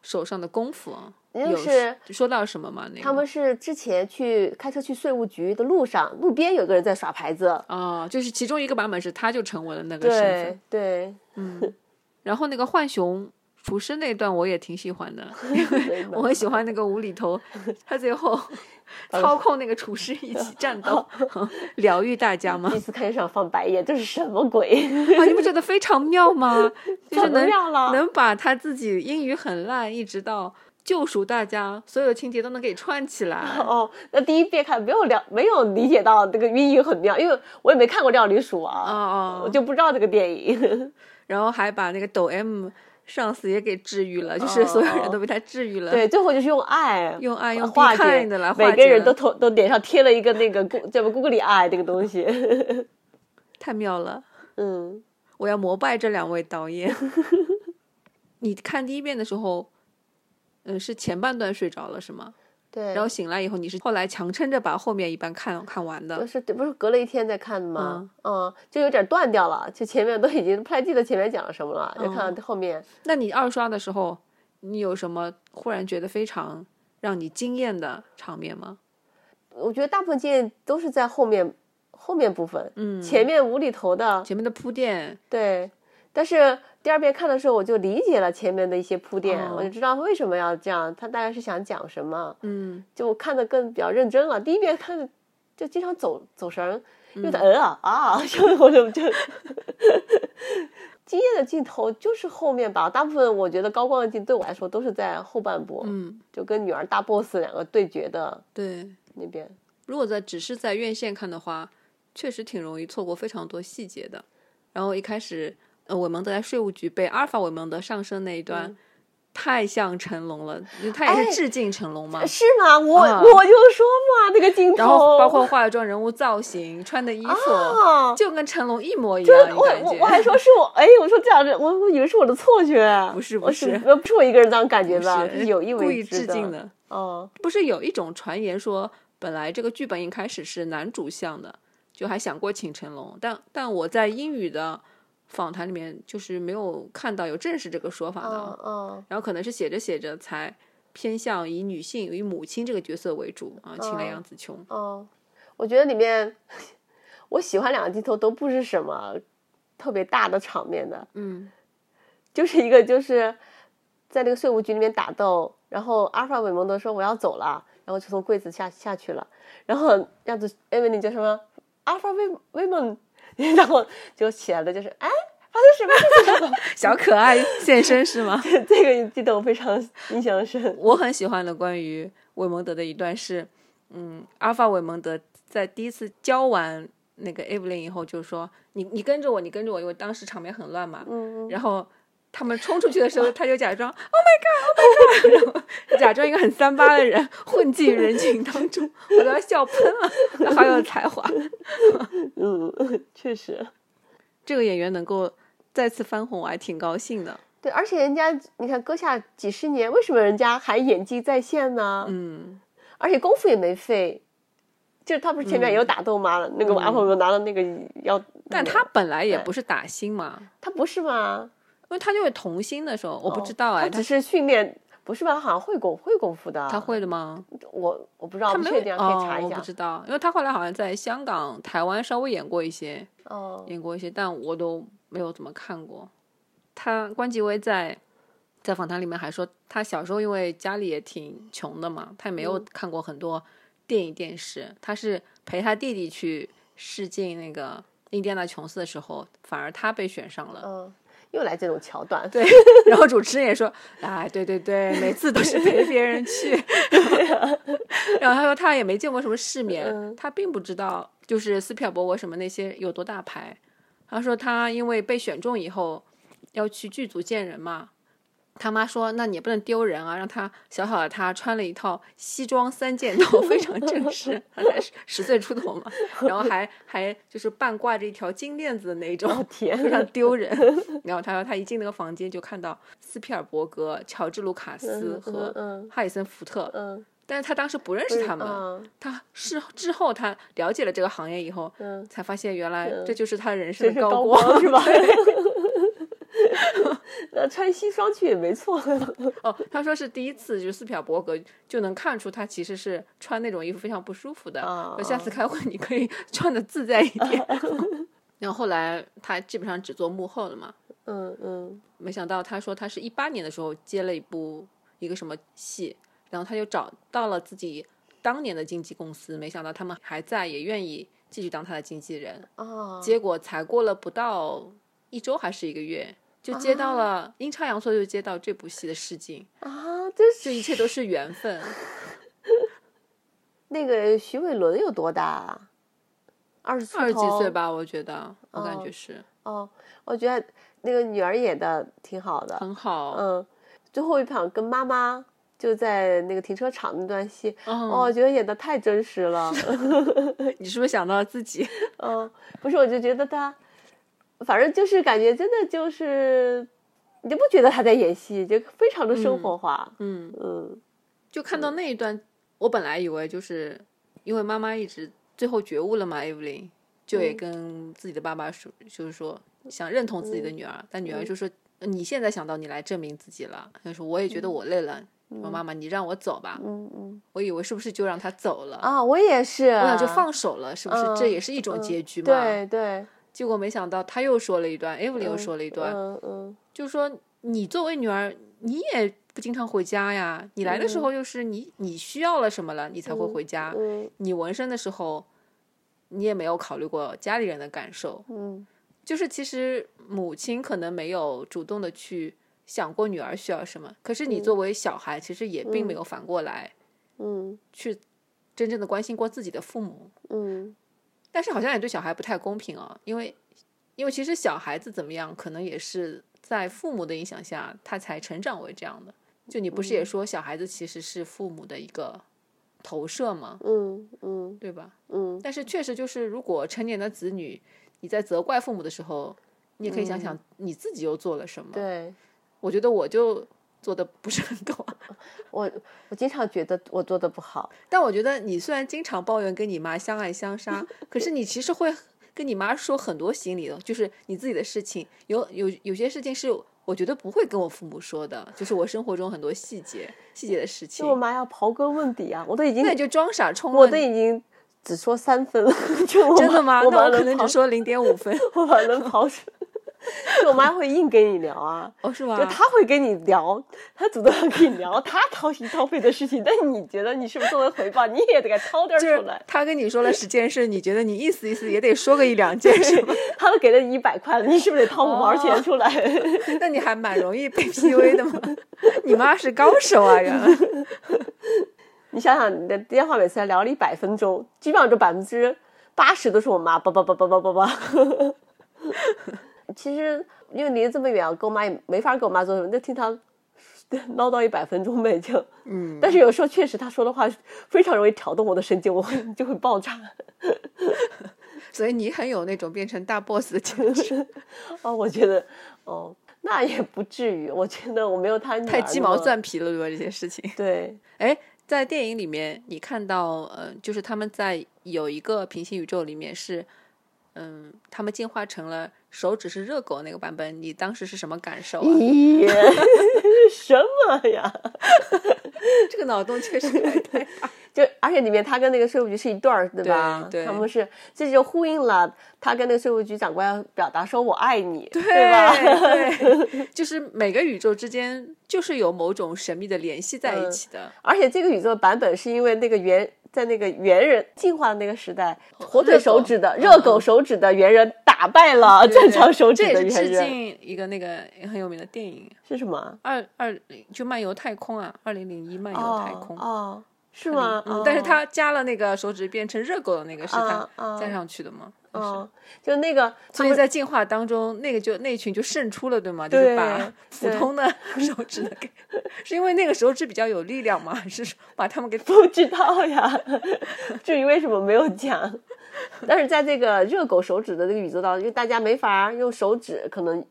[SPEAKER 1] 手上的功夫啊，
[SPEAKER 2] 就
[SPEAKER 1] 有
[SPEAKER 2] 是
[SPEAKER 1] 说到什么吗？那个
[SPEAKER 2] 他们是之前去开车去税务局的路上，路边有个人在耍牌子。
[SPEAKER 1] 哦，就是其中一个版本是他就成为了那个身份
[SPEAKER 2] 对，对，
[SPEAKER 1] 然后那个浣熊厨师那段我也挺喜欢 的，
[SPEAKER 2] 对
[SPEAKER 1] 我很喜欢那个无厘头，他最后操控那个厨师一起战斗， 疗愈大家吗？
[SPEAKER 2] 第一次看见上翻白眼，这是什么鬼？
[SPEAKER 1] 啊，你不觉得非常妙 吗？ 就是
[SPEAKER 2] 怎么
[SPEAKER 1] 能
[SPEAKER 2] 样了？
[SPEAKER 1] 能把他自己英语很烂，一直到救赎大家，所有的情节都能给串起 来。
[SPEAKER 2] 哦，那第一遍看没有了，没有理解到这个寓意很妙，因为我也没看过《料理鼠
[SPEAKER 1] 哦嗯
[SPEAKER 2] 王》，我
[SPEAKER 1] 哦，
[SPEAKER 2] 就不知道这个电影。
[SPEAKER 1] 然后还把那个抖 M 上司也给治愈了，就是所有人都被他治愈了。
[SPEAKER 2] 哦对，最后就是用爱，
[SPEAKER 1] 用爱用
[SPEAKER 2] 化
[SPEAKER 1] be
[SPEAKER 2] 解
[SPEAKER 1] kind 来化
[SPEAKER 2] 每个
[SPEAKER 1] 解
[SPEAKER 2] 人
[SPEAKER 1] 了
[SPEAKER 2] 都头都脸上贴了一个那个 Gu- 叫什么 Google 爱这个东西。
[SPEAKER 1] 太妙了。
[SPEAKER 2] 嗯，
[SPEAKER 1] 我要膜拜这两位导演。 你看第一遍的时候，嗯、是前半段睡着了是吗？
[SPEAKER 2] 对
[SPEAKER 1] 然后醒来以后，你是后来强撑着把后面一半看看完
[SPEAKER 2] 不
[SPEAKER 1] 的。
[SPEAKER 2] 是不是隔了一天再看的吗？嗯，就有点断掉了，就前面都已经不太记得前面讲了什么了，就
[SPEAKER 1] 嗯
[SPEAKER 2] 看到后面。
[SPEAKER 1] 那你二刷的时候，你有什么忽然觉得非常让你惊艳的场面吗？
[SPEAKER 2] 我觉得大部分经验都是在后面后面部分，
[SPEAKER 1] 嗯，
[SPEAKER 2] 前面无厘头的，
[SPEAKER 1] 前面的铺垫，
[SPEAKER 2] 对。但是第二遍看的时候，我就理解了前面的一些铺垫，
[SPEAKER 1] 哦
[SPEAKER 2] 我就知道为什么要这样，他大概是想讲什么。
[SPEAKER 1] 嗯，
[SPEAKER 2] 就我看的更比较认真了。第一遍看的就经常走走神儿，有点嗯啊啊， 就我就就惊艳的镜头就是后面吧，大部分我觉得高光的镜对我来说都是在后半部，
[SPEAKER 1] 嗯，
[SPEAKER 2] 就跟女儿大 boss 两个对决的
[SPEAKER 1] 对。
[SPEAKER 2] 那边。
[SPEAKER 1] 如果在只是在院线看的话，确实挺容易错过非常多细节的。然后一开始，呃，韦蒙德在税务局被阿尔法韦蒙德上身那一段，太像成龙了，因为他也
[SPEAKER 2] 哎
[SPEAKER 1] 是哦致敬成龙嘛。
[SPEAKER 2] 是吗？我、
[SPEAKER 1] 啊
[SPEAKER 2] 我就说嘛，那个镜头，
[SPEAKER 1] 然后包括化妆、人物造型、穿的衣服，
[SPEAKER 2] 啊，
[SPEAKER 1] 就跟成龙一模一
[SPEAKER 2] 就
[SPEAKER 1] 样。
[SPEAKER 2] 是我
[SPEAKER 1] 感
[SPEAKER 2] 我
[SPEAKER 1] 觉
[SPEAKER 2] 我还说是我，哎，我说这样子，我我以为是我的错觉，
[SPEAKER 1] 不是
[SPEAKER 2] 我
[SPEAKER 1] 不
[SPEAKER 2] 是
[SPEAKER 1] 是
[SPEAKER 2] 我不是我一个人这样感觉
[SPEAKER 1] 不
[SPEAKER 2] 的，
[SPEAKER 1] 是
[SPEAKER 2] 是有意
[SPEAKER 1] 故
[SPEAKER 2] 为
[SPEAKER 1] 意
[SPEAKER 2] 之
[SPEAKER 1] 致敬的。
[SPEAKER 2] 哦，
[SPEAKER 1] 不是有一种传言说，本来这个剧本一开始是男主向的，就还想过请成龙，但但我在英语的访谈里面就是没有看到有证实这个说法的，啊
[SPEAKER 2] 嗯嗯。
[SPEAKER 1] 然后可能是写着写着才偏向以女性、以母亲这个角色为主啊，请了杨紫琼。
[SPEAKER 2] 哦，我觉得里面我喜欢两个镜头都不是什么特别大的场面的，
[SPEAKER 1] 嗯
[SPEAKER 2] 就是一个就是在那个税务局里面打斗，然后阿尔法韦蒙德说我要走了，然后就从柜子下下去了，然后样子艾薇你叫什么阿尔法韦韦蒙， 然后就起来了，就是哎。发生什么事情了？
[SPEAKER 1] 小可爱现身是吗？
[SPEAKER 2] 这 这个镜头非常印象深。
[SPEAKER 1] 我很喜欢的关于韦蒙德的一段是，嗯，阿尔法韦蒙德在第一次教完那个 Evelyn 以后，就说你你跟着我，你跟着我，因为当时场面很乱嘛。
[SPEAKER 2] 嗯，
[SPEAKER 1] 然后他们冲出去的时 候，他就假装 Oh my God，Oh my God，然后假装一个很三八的人混进人群当中，我都要笑喷了。他好有才华，
[SPEAKER 2] 嗯，确实。
[SPEAKER 1] 这个演员能够再次翻红，我还挺高兴的。
[SPEAKER 2] 对，而且人家你看，搁下几十年，为什么人家还演技在线呢？
[SPEAKER 1] 嗯，
[SPEAKER 2] 而且功夫也没废，就是他不是前面有打斗吗？那个阿婆罗拿了那个腰，
[SPEAKER 1] 嗯但他本来也不是打星嘛，
[SPEAKER 2] 他不是吗？
[SPEAKER 1] 因为他就是童星的时候，我不知道哎，
[SPEAKER 2] 哦他只是训练，不是吧？他好像会功会功夫的，
[SPEAKER 1] 他会的吗？
[SPEAKER 2] 我我不知道，
[SPEAKER 1] 他
[SPEAKER 2] 不
[SPEAKER 1] 没
[SPEAKER 2] 确定，啊
[SPEAKER 1] 有，
[SPEAKER 2] 可以查
[SPEAKER 1] 哦，
[SPEAKER 2] 一
[SPEAKER 1] 我
[SPEAKER 2] 下
[SPEAKER 1] 不。知道，因为他后来好像在香港、台湾稍微演过一些，
[SPEAKER 2] 哦，
[SPEAKER 1] 演过一些，但我都没有怎么看过。他关继威在在访谈里面还说，他小时候因为家里也挺穷的嘛，他也没
[SPEAKER 2] 嗯
[SPEAKER 1] 有看过很多电影电视，他是陪他弟弟去试镜那个印第安纳琼斯的时候，反而他被选上了。
[SPEAKER 2] 嗯，又来这种桥段，
[SPEAKER 1] 对，然后主持人也说，哎，对对对，每次都是陪别人去。 然后他说他也没见过什么世面，他并不知道就是斯皮尔伯格什么那些有多大牌。他说他因为被选中以后要去剧组见人嘛，他妈说那你也不能丢人啊，让他小小的他穿了一套西装三件套，非常正式，他才十十岁出头嘛，然后还还就是半挂着一条金链子的那种，
[SPEAKER 2] 天
[SPEAKER 1] 非常丢 人。然后他说他一进那个房间就看到斯皮尔伯格、乔治·卢卡斯
[SPEAKER 2] 嗯
[SPEAKER 1] 和
[SPEAKER 2] 嗯
[SPEAKER 1] 哈里森·福特，
[SPEAKER 2] 嗯，
[SPEAKER 1] 但是他当时不认识他们，
[SPEAKER 2] 嗯
[SPEAKER 1] 他是之后他了解了这个行业以后，
[SPEAKER 2] 嗯
[SPEAKER 1] 才发现原来这就是他人
[SPEAKER 2] 这
[SPEAKER 1] 生
[SPEAKER 2] 是
[SPEAKER 1] 的高光。
[SPEAKER 2] 光 是吧？那穿西装去也没错，
[SPEAKER 1] 哦，他说是第一次，就是斯皮尔伯格就能看出他其实是穿那种衣服非常不舒服的。
[SPEAKER 2] 啊
[SPEAKER 1] 我下次开会你可以穿的自在一点。 然后后来他基本上只做幕后了嘛，
[SPEAKER 2] 嗯嗯
[SPEAKER 1] 没想到他说他是一八年的时候接了一部一个什么戏，然后他就找到了自己当年的经纪公司，没想到他们还在，也愿意继续当他的经纪人。
[SPEAKER 2] 啊，
[SPEAKER 1] 结果才过了不到一周还是一个月，就接到了阴差阳错就接到这部戏的试镜，
[SPEAKER 2] 啊，这
[SPEAKER 1] 这
[SPEAKER 2] 是
[SPEAKER 1] 一切都是缘分。
[SPEAKER 2] 那个徐伟伦有多大啊？二十出
[SPEAKER 1] 二十几
[SPEAKER 2] 头
[SPEAKER 1] 岁吧，我觉得，我感觉是、
[SPEAKER 2] 哦，我觉得那个女儿演的挺好的，
[SPEAKER 1] 很好。
[SPEAKER 2] 嗯，最后一场跟妈妈就在那个停车场那段戏，
[SPEAKER 1] 嗯，
[SPEAKER 2] 哦，我觉得演的太真实了，
[SPEAKER 1] 你是不是想到自己？
[SPEAKER 2] 嗯，不是，我就觉得她，反正就是感觉真的就是，你就不觉得她在演戏，就非常的生活化，
[SPEAKER 1] 嗯，
[SPEAKER 2] 嗯
[SPEAKER 1] 就看到那一段，我本来以为就是因为妈妈一直最后觉悟了嘛，Evelyn 就
[SPEAKER 2] 嗯
[SPEAKER 1] 也跟自己的爸爸说，就是说想认同自
[SPEAKER 2] 嗯
[SPEAKER 1] 己的女儿，但女儿就说。你现在想到你来证明自己了，她说我也觉得我累了，说妈妈你让我走吧，
[SPEAKER 2] 嗯嗯，
[SPEAKER 1] 我以为是不是就让他走了，
[SPEAKER 2] 啊，我也是，
[SPEAKER 1] 我想就放手了，是不是？
[SPEAKER 2] 嗯
[SPEAKER 1] 这也是一种结局嘛。
[SPEAKER 2] 对对，
[SPEAKER 1] 结果没想到他又说了一段，Evelyn 又说了一段，
[SPEAKER 2] 嗯嗯
[SPEAKER 1] 就说你作为女儿，你也不经常回家呀。你来的时候又是你你需要了什么了，你才会回家。
[SPEAKER 2] 嗯
[SPEAKER 1] 你纹身的时候，你也没有考虑过家里人的感受。
[SPEAKER 2] 嗯
[SPEAKER 1] 就是其实母亲可能没有主动的去想过女儿需要什么，可是你作为小孩，其实也并没有反过来
[SPEAKER 2] 嗯
[SPEAKER 1] 去真正的关心过自己的父母。
[SPEAKER 2] 嗯
[SPEAKER 1] 但是好像也对小孩不太公平哦，因为因为其实小孩子怎么样，可能也是在父母的影响下，他才成长为这样的。就你不是也说小孩子其实是父母的一个投射吗？
[SPEAKER 2] 嗯嗯
[SPEAKER 1] 对吧？
[SPEAKER 2] 嗯，
[SPEAKER 1] 但是确实就是，如果成年的子女你在责怪父母的时候，你也可以想想你自己又做了什么。
[SPEAKER 2] 对。
[SPEAKER 1] 我觉得我就做的不是很够啊。
[SPEAKER 2] 我我经常觉得我做的不好，
[SPEAKER 1] 但我觉得你虽然经常抱怨跟你妈相爱相 杀，可是你其实会跟你妈说很多心里的，就是你自己的事情。有有有些事情是我觉得不会跟我父母说的，就是我生活中很多细节细节的事情
[SPEAKER 2] 就我。妈要刨根问底啊，我都已经
[SPEAKER 1] 那你就装傻充
[SPEAKER 2] 我都
[SPEAKER 1] 愣。
[SPEAKER 2] 已经只说三分了，就我妈
[SPEAKER 1] 真的吗？
[SPEAKER 2] 我
[SPEAKER 1] 那
[SPEAKER 2] 把
[SPEAKER 1] 我可
[SPEAKER 2] 能
[SPEAKER 1] 能
[SPEAKER 2] 刨
[SPEAKER 1] 只说零点五 分
[SPEAKER 2] 我把能刨出，就我妈会硬跟你聊 啊，
[SPEAKER 1] 哦，是
[SPEAKER 2] 就
[SPEAKER 1] 吗？
[SPEAKER 2] 她会跟你聊，她主动要跟你聊她掏心掏肺的事情，但你觉得你是不是作为回报，你也得给掏点儿
[SPEAKER 1] 就
[SPEAKER 2] 出
[SPEAKER 1] 是
[SPEAKER 2] 来。
[SPEAKER 1] 他跟你说了十件事，你觉得你意思意思也得说个一两件是吧？
[SPEAKER 2] 她都给了你一百块了，你是不是得掏五毛钱出来？
[SPEAKER 1] 那你还蛮容易被 PUA 的 嘛？你妈是高手啊，原来。
[SPEAKER 2] 你想想，你的电话每次要聊了一百分钟，基本上这百分之八十都是我妈叭叭叭叭叭叭 叭。其实因为离得这么远，跟我妈也没法跟我妈做什么，就听她 唠叨一百分钟呗，就嗯。但是有时候确实她说的话非常容易挑动我的神经，我会就会爆炸。
[SPEAKER 1] 所以你很有那种变成大 boss 的潜质。
[SPEAKER 2] 哦，我觉得哦，那也不至于，我觉得我没有她女儿
[SPEAKER 1] 太鸡毛
[SPEAKER 2] 那么。
[SPEAKER 1] 蒜皮了，对吧？这些事情。
[SPEAKER 2] 对，
[SPEAKER 1] 啊 哎，在电影里面，你看到，呃，就是他们在有一个平行宇宙里面是，嗯，他们进化成了手指是热狗那个版本，你当时是什么感受 啊？
[SPEAKER 2] 咦，什么呀？
[SPEAKER 1] 这个脑洞确实太大。
[SPEAKER 2] 就而且里面他跟那个税务局是一对儿，对吧？
[SPEAKER 1] 对对
[SPEAKER 2] 他们是这就呼应了他跟那个税务局长官要表达说我爱你，对吧？
[SPEAKER 1] 对 对，就是每个宇宙之间就是有某种神秘的联系在一起的。
[SPEAKER 2] 而且这个宇宙版本是因为那个猿在那个猿人进化的那个时代，火腿手指的
[SPEAKER 1] 哦热狗嗯
[SPEAKER 2] 热狗手指的猿人打败了
[SPEAKER 1] 对
[SPEAKER 2] 正常手指
[SPEAKER 1] 这也
[SPEAKER 2] 的
[SPEAKER 1] 是
[SPEAKER 2] 猿
[SPEAKER 1] 致
[SPEAKER 2] 人，
[SPEAKER 1] 敬一个那个很有名的电影，
[SPEAKER 2] 是什么？
[SPEAKER 1] 二二零就漫游太空啊，二零零一漫游太空。
[SPEAKER 2] 哦哦，是吗？
[SPEAKER 1] 嗯
[SPEAKER 2] 哦
[SPEAKER 1] 但是他加了那个手指变成热狗的那个是他
[SPEAKER 2] 啊啊
[SPEAKER 1] 加上去的吗？
[SPEAKER 2] 哦，就那个他
[SPEAKER 1] 所以
[SPEAKER 2] 们
[SPEAKER 1] 在进化当中，那个就那群就胜出了，对吗？就
[SPEAKER 2] 对
[SPEAKER 1] 是把普
[SPEAKER 2] 对
[SPEAKER 1] 通的手指的给，是因为那个手指比较有力量吗？还是说把他们给
[SPEAKER 2] 不知道呀， 至于为什么没有讲。但是在这个热狗手指的这个宇宙当中，因为大家没法用手指可能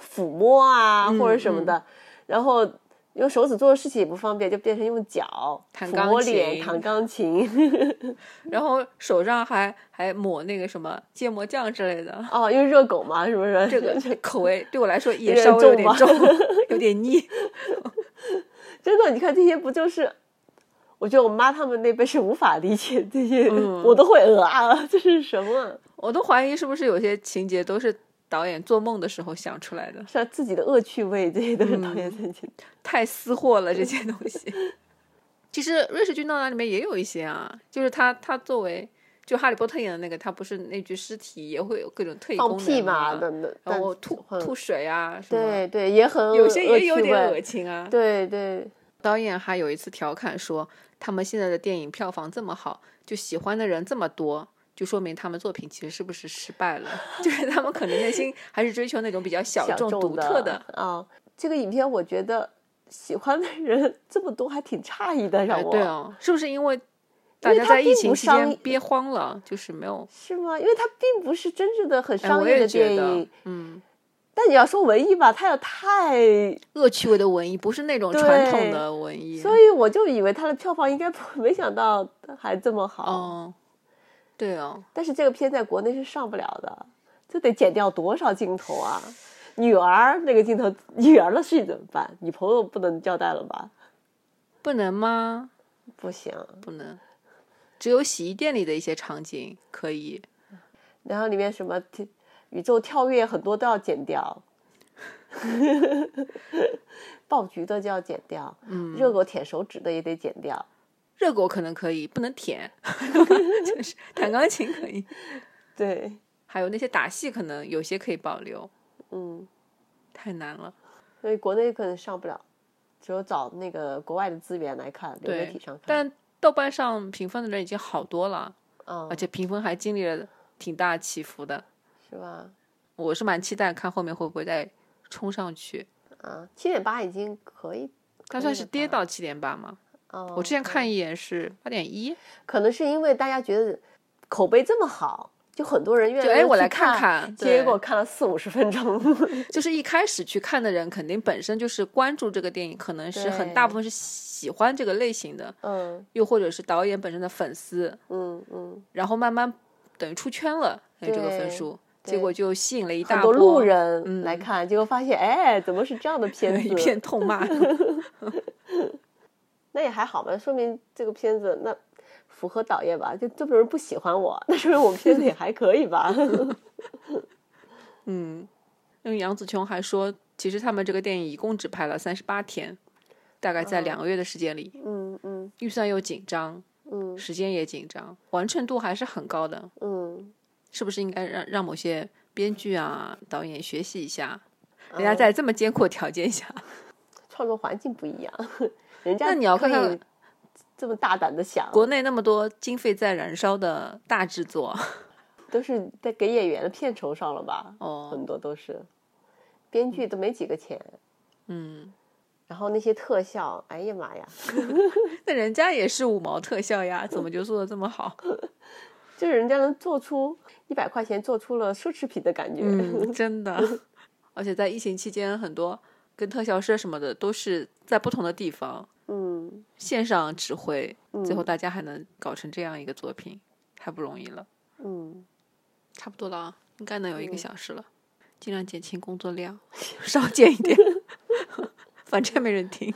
[SPEAKER 2] 抚摸啊、
[SPEAKER 1] 嗯
[SPEAKER 2] 或者什么的，然后用手指做的事情也不方便，就变成用脚
[SPEAKER 1] 弹
[SPEAKER 2] 抚摸
[SPEAKER 1] 钢琴
[SPEAKER 2] 脸、弹钢琴，
[SPEAKER 1] 然后手上还还抹那个什么芥末酱之类的。
[SPEAKER 2] 哦，因为热狗嘛，是 不是？
[SPEAKER 1] 这个口味对我来说也
[SPEAKER 2] 有点
[SPEAKER 1] 稍微有点重
[SPEAKER 2] 重，
[SPEAKER 1] 有点 腻。
[SPEAKER 2] 真的，你看这些不就是？我觉得我妈他们那辈是无法理解这些，
[SPEAKER 1] 嗯
[SPEAKER 2] 我都会呃啊，这是什么？
[SPEAKER 1] 我都怀疑是不是有些情节都是导演做梦的时候想出来的，
[SPEAKER 2] 是啊自己的恶趣味，这些都是
[SPEAKER 1] 嗯
[SPEAKER 2] 导演自己的。
[SPEAKER 1] 太私货了这些东西。 其实瑞士军刀郎里面也有一些啊，就是他他作为就哈利波特演的那个，他不是那具尸体也会有各种特异
[SPEAKER 2] 放
[SPEAKER 1] 功
[SPEAKER 2] 屁
[SPEAKER 1] 能嘛，
[SPEAKER 2] 嘛，等等，
[SPEAKER 1] 然后
[SPEAKER 2] 但
[SPEAKER 1] 吐
[SPEAKER 2] 很
[SPEAKER 1] 吐水啊什么，
[SPEAKER 2] 对对，也很
[SPEAKER 1] 有些也有点
[SPEAKER 2] 恶趣
[SPEAKER 1] 恶
[SPEAKER 2] 味
[SPEAKER 1] 心啊。
[SPEAKER 2] 对对，
[SPEAKER 1] 导演还有一次调侃说，他们现在的电影票房这么好，就喜欢的人这么多，就说明他们作品其实是不是失败了？ 就是他们可能内心还是追求那种比较小
[SPEAKER 2] 小
[SPEAKER 1] 众、
[SPEAKER 2] 众
[SPEAKER 1] 独特
[SPEAKER 2] 的
[SPEAKER 1] 的。
[SPEAKER 2] 啊。这个影片我觉得喜欢的人这么多，还挺诧异的，让
[SPEAKER 1] 哎，
[SPEAKER 2] 我
[SPEAKER 1] 对哦，是不是因为大
[SPEAKER 2] 为
[SPEAKER 1] 家
[SPEAKER 2] 它
[SPEAKER 1] 在疫
[SPEAKER 2] 并
[SPEAKER 1] 情
[SPEAKER 2] 不
[SPEAKER 1] 期
[SPEAKER 2] 商
[SPEAKER 1] 间
[SPEAKER 2] 业
[SPEAKER 1] 憋慌了，就是没有？
[SPEAKER 2] 是吗？因为它并不是真正的很
[SPEAKER 1] 哎，
[SPEAKER 2] 商
[SPEAKER 1] 我
[SPEAKER 2] 业
[SPEAKER 1] 也
[SPEAKER 2] 的
[SPEAKER 1] 觉
[SPEAKER 2] 电
[SPEAKER 1] 得
[SPEAKER 2] 影，，
[SPEAKER 1] 嗯，
[SPEAKER 2] 但你要说文艺吧，它又太，
[SPEAKER 1] 恶趣味的文艺不是那种传统的文艺，
[SPEAKER 2] 所以我就以为它的票房应该不，没想到还这么好。
[SPEAKER 1] 哦，对哦，
[SPEAKER 2] 但是这个片在国内是上不了的，这得剪掉多少镜头啊！女儿那个镜头，女儿的事情怎么办？女朋友不能交代了吧？
[SPEAKER 1] 不能吗？
[SPEAKER 2] 不行。
[SPEAKER 1] 不能，只有洗衣店里的一些场景可以。
[SPEAKER 2] 然后里面什么跳宇宙跳跃很多都要剪掉， 爆菊的就要剪掉，嗯，热狗舔手指的也得剪掉。
[SPEAKER 1] 热狗可能可以，不能舔， 就是弹钢琴可以，
[SPEAKER 2] 对，
[SPEAKER 1] 还有那些打戏可能有些可以保留，
[SPEAKER 2] 嗯，
[SPEAKER 1] 太难了。
[SPEAKER 2] 所以国内可能上不了，只有找那个国外的资源来看，流媒
[SPEAKER 1] 对
[SPEAKER 2] 体上，看。
[SPEAKER 1] 但豆瓣上评分的人已经好多了，
[SPEAKER 2] 啊、
[SPEAKER 1] 而且评分还经历了挺大起伏的。
[SPEAKER 2] 是吧？
[SPEAKER 1] 我是蛮期待看后面会不会再冲上去。
[SPEAKER 2] 啊，七点八已经可以
[SPEAKER 1] 它算是跌到七点八嘛？
[SPEAKER 2] 哦，
[SPEAKER 1] 我之前看一眼是八点一，
[SPEAKER 2] 可能是因为大家觉得口碑这么好，就很多人愿意
[SPEAKER 1] 就哎
[SPEAKER 2] 去
[SPEAKER 1] 我来看
[SPEAKER 2] 看
[SPEAKER 1] 看对
[SPEAKER 2] 结果看了四五十 分钟，
[SPEAKER 1] 就是一开始去看的人肯定本身就是关注这个电影，可能是很大
[SPEAKER 2] 对
[SPEAKER 1] 部分是喜欢这个类型的，
[SPEAKER 2] 嗯
[SPEAKER 1] 又或者是导演本身的粉丝，
[SPEAKER 2] 嗯嗯，
[SPEAKER 1] 然后慢慢等于出圈了，等于这个分
[SPEAKER 2] 对
[SPEAKER 1] 数，
[SPEAKER 2] 对
[SPEAKER 1] 结果就吸引了一
[SPEAKER 2] 很
[SPEAKER 1] 大
[SPEAKER 2] 多
[SPEAKER 1] 波
[SPEAKER 2] 路
[SPEAKER 1] 嗯
[SPEAKER 2] 人来看，结果发现哎，怎么是这样的片
[SPEAKER 1] 一
[SPEAKER 2] 子？
[SPEAKER 1] 片痛 骂。
[SPEAKER 2] 那也还好吧，说明这个片子那符合导演吧，就这么多人不喜欢我，那说明我们片子也还可以吧？
[SPEAKER 1] 嗯，因为杨紫琼还说，其实他们这个电影一共只拍了三十八天，大概在两个月的时间里，
[SPEAKER 2] 嗯嗯
[SPEAKER 1] 预算又紧张，
[SPEAKER 2] 嗯
[SPEAKER 1] 时间也紧张，完成度还是很高的。
[SPEAKER 2] 嗯，
[SPEAKER 1] 是不是应该让让某些编剧啊、导演学习一下？人家在这么艰苦的条件下，
[SPEAKER 2] 创作环境不一样，人家
[SPEAKER 1] 那你要
[SPEAKER 2] 可
[SPEAKER 1] 看看
[SPEAKER 2] 以这么大胆的想，
[SPEAKER 1] 国内那么多经费在燃烧的大制作，
[SPEAKER 2] 都是在给演员的片酬上了吧？
[SPEAKER 1] 哦
[SPEAKER 2] 很多都是，编剧都没几个钱，
[SPEAKER 1] 嗯，
[SPEAKER 2] 然后那些特效，哎呀妈呀，
[SPEAKER 1] 那人家也是五毛特效呀，怎么就做的这么好？
[SPEAKER 2] 就是人家能做出一百块钱做出了奢侈品的感觉。
[SPEAKER 1] 嗯， 真的。而且在疫情期间，很多跟特效师什么的都是在不同的地方
[SPEAKER 2] 嗯
[SPEAKER 1] 线上指挥，最后大家还能搞成这样一个作品，太不容易了。
[SPEAKER 2] 嗯，
[SPEAKER 1] 差不多了啊，应该能有一个小时了，尽量减轻工作量， 少剪一点，反正没人听。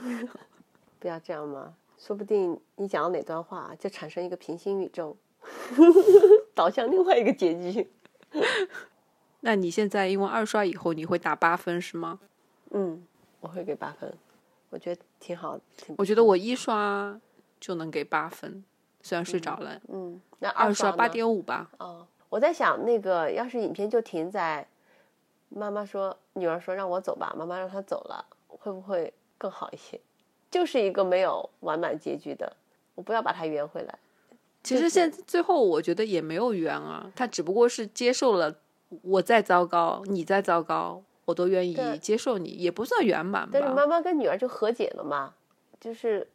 [SPEAKER 2] 不要这样嘛。说不定你讲到哪段话，就产生一个平行宇宙， 导向另外一个结局。
[SPEAKER 1] 那你现在因为二刷以后你会打八分是吗？
[SPEAKER 2] 嗯，我会给八分，我觉得挺好，挺
[SPEAKER 1] 我觉得我一刷就能给八分，虽然睡着了。
[SPEAKER 2] 嗯。那
[SPEAKER 1] 二
[SPEAKER 2] 刷呢
[SPEAKER 1] 八点五吧，
[SPEAKER 2] 哦，我在想，那个要是影片就停在妈妈说女儿说让我走吧，妈妈让她走了，会不会更好一些？就是一个没有完满结局的，我不要把它圆回来。
[SPEAKER 1] 其实现最后我觉得也没有冤啊，他只不过是接受了我再糟糕，你再糟糕，我都愿
[SPEAKER 2] 对
[SPEAKER 1] 意接受你，也不算圆满
[SPEAKER 2] 但是
[SPEAKER 1] 吧。
[SPEAKER 2] 妈妈跟女儿就和解了嘛，就是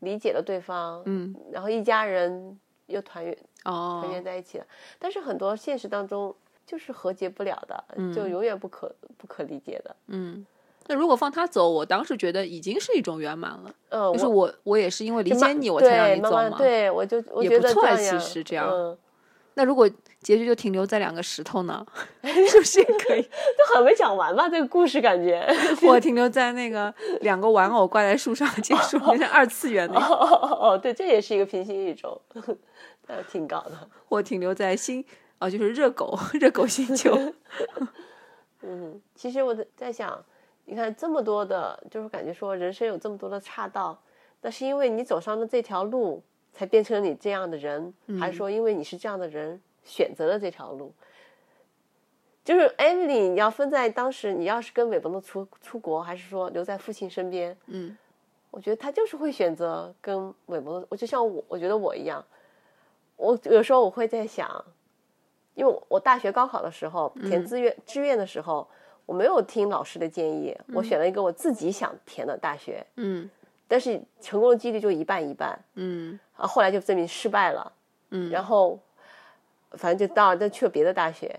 [SPEAKER 2] 理解了对方，
[SPEAKER 1] 嗯，
[SPEAKER 2] 然后一家人又团圆团
[SPEAKER 1] 哦
[SPEAKER 2] 圆，在一起了。但是很多现实当中就是和解不了的，就永远不可不可理解的。
[SPEAKER 1] 嗯，那如果放他走，我当时觉得已经是一种圆满了，
[SPEAKER 2] 嗯，
[SPEAKER 1] 就是
[SPEAKER 2] 我
[SPEAKER 1] 我我也是因为理
[SPEAKER 2] 就妈
[SPEAKER 1] 解你，我
[SPEAKER 2] 对
[SPEAKER 1] 才让你走
[SPEAKER 2] 妈妈
[SPEAKER 1] 嘛。
[SPEAKER 2] 对，我就我
[SPEAKER 1] 也
[SPEAKER 2] 觉
[SPEAKER 1] 不
[SPEAKER 2] 得
[SPEAKER 1] 错啊
[SPEAKER 2] 这
[SPEAKER 1] 其
[SPEAKER 2] 样
[SPEAKER 1] 实这样
[SPEAKER 2] 嗯，
[SPEAKER 1] 那如果结局就停留在两个石头 呢，是不是也可以？
[SPEAKER 2] 就很没讲完吧，这个故事感 觉。
[SPEAKER 1] 我停留在那个两个玩偶挂在树上结束，有点 二次元的
[SPEAKER 2] 哦哦哦，对，这也是一个平行宇宙，呃，挺搞的。
[SPEAKER 1] 我停留在星啊，就是热狗热狗星 球。
[SPEAKER 2] 嗯，其实我在在想，你看这么多的，就是感觉说人生有这么多的岔道，那是因为你走上了这条路，才变成你这样的人，
[SPEAKER 1] 嗯
[SPEAKER 2] 还是说因为你是这样的人选择了这条路？就是 Emily，你要分在当时，你要是跟韦伯诺出出国，还是说留在父亲身边？
[SPEAKER 1] 嗯，
[SPEAKER 2] 我觉得他就是会选择跟韦伯诺，我就像我，我觉得我一样，我有时候我会在想，因为我我大学高考的时候
[SPEAKER 1] 嗯
[SPEAKER 2] 填志愿、志愿的时候，我没有听老师的建议，我选了一个我自己想填的大学，
[SPEAKER 1] 嗯
[SPEAKER 2] 但是成功的几率就一半一半
[SPEAKER 1] 嗯
[SPEAKER 2] 啊。后来就证明失败了，
[SPEAKER 1] 嗯
[SPEAKER 2] 然后反正就到了，就去了别的大学。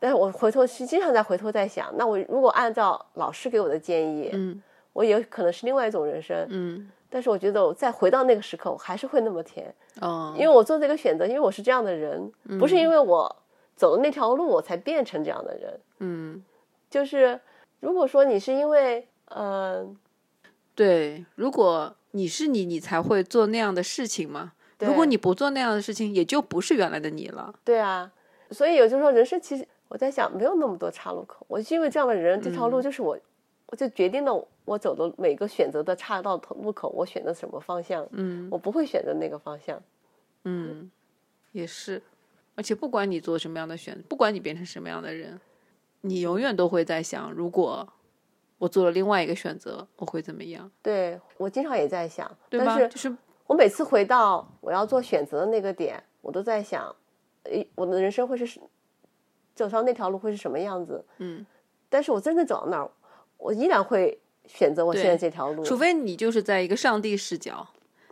[SPEAKER 2] 但是我回头是经常在回头在想，那我如果按照老师给我的建议，
[SPEAKER 1] 嗯
[SPEAKER 2] 我也有可能是另外一种人生。
[SPEAKER 1] 嗯，
[SPEAKER 2] 但是我觉得我再回到那个时刻，我还是会那么甜，
[SPEAKER 1] 哦，
[SPEAKER 2] 因为我做这个选择，因为我是这样的人，不是因为我走了那条路我才变成这样的人。
[SPEAKER 1] 嗯，
[SPEAKER 2] 就是如果说你是因为，嗯、
[SPEAKER 1] 对，如果你是你，你才会做那样的事情嘛。
[SPEAKER 2] 对
[SPEAKER 1] 如果你不做那样的事情，也就不是原来的你了。
[SPEAKER 2] 对啊，所以有就是说人生其实我在想，没有那么多岔路口，我是因为这样的人，这
[SPEAKER 1] 嗯
[SPEAKER 2] 条路就是我，我就决定了我走的每个选择的岔道头路口，我选择什么方向，
[SPEAKER 1] 嗯
[SPEAKER 2] 我不会选择那个方向。
[SPEAKER 1] 嗯，也是。而且不管你做什么样的选，不管你变成什么样的人，你永远都会在想，如果我做了另外一个选择，我会怎么样，
[SPEAKER 2] 对我经常也在想，
[SPEAKER 1] 对
[SPEAKER 2] 但
[SPEAKER 1] 吧？
[SPEAKER 2] 是
[SPEAKER 1] 就是
[SPEAKER 2] 我每次回到我要做选择的那个点，我都在想，诶，我的人生会是走上那条路会是什么样子？
[SPEAKER 1] 嗯，
[SPEAKER 2] 但是我真的走到那儿，我依然会选择我现在这条路。
[SPEAKER 1] 除非你就是在一个上帝视角，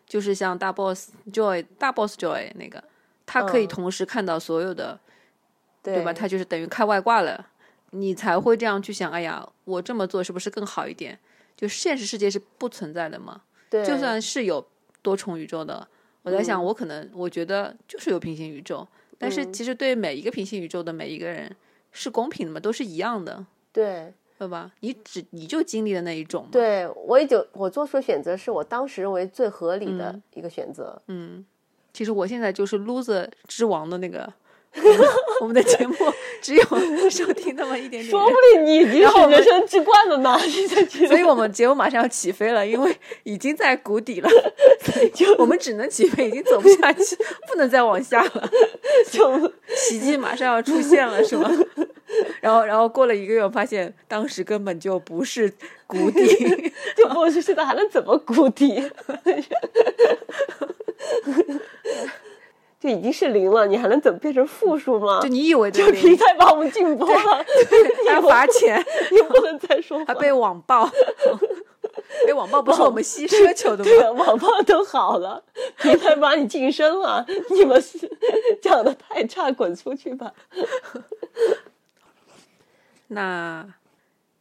[SPEAKER 1] 就是像大 boss Joy、大 boss Joy 那个，他可以
[SPEAKER 2] 嗯
[SPEAKER 1] 同时看到所有的，
[SPEAKER 2] 对
[SPEAKER 1] 对吧？他就是等于开外挂了，你才会这样去想。哎呀，我这么做是不是更好一点？就现实世界是不存在的嘛，
[SPEAKER 2] 对，嗯
[SPEAKER 1] 就算是有多重宇宙的，我在想，我可能我觉得就是有平行宇宙，但是其实对每一个平行宇宙的每一个人是公平的嘛，都是一样的，
[SPEAKER 2] 对
[SPEAKER 1] 对吧？你只你就经历了那一种嘛，
[SPEAKER 2] 对，我也就我做出的选择是我当时认为最合理的一个选择。
[SPEAKER 1] 嗯，其实我现在就是 loser 之王的那个，我们的节目只 有收听那么一点点
[SPEAKER 2] 说不
[SPEAKER 1] 人，
[SPEAKER 2] 定你已经是人生之冠了呢，你才觉
[SPEAKER 1] 所
[SPEAKER 2] 得
[SPEAKER 1] 以我 们节目马上要起飞了，因为已经在谷底了，所以就我们只能起飞，已经走不下去，不能再往下了，
[SPEAKER 2] 就
[SPEAKER 1] 奇迹马上要出现了， 是吗？然后，然后过了一个月，我发现当时根本就不是谷底，
[SPEAKER 2] 就不是现在还能怎么谷底？ 就已经是零了，你还能怎么变成负数吗？
[SPEAKER 1] 就你以为
[SPEAKER 2] 就
[SPEAKER 1] 这
[SPEAKER 2] 平
[SPEAKER 1] 里
[SPEAKER 2] 台把我们禁播了，
[SPEAKER 1] 还要罚钱，
[SPEAKER 2] 你不能再说
[SPEAKER 1] 还
[SPEAKER 2] 话。
[SPEAKER 1] 被网暴， 被网暴不是我们希奢求的吗？
[SPEAKER 2] 对啊，网暴都好了，平台把你晋升了，你们是讲的太差，滚出去吧。
[SPEAKER 1] 那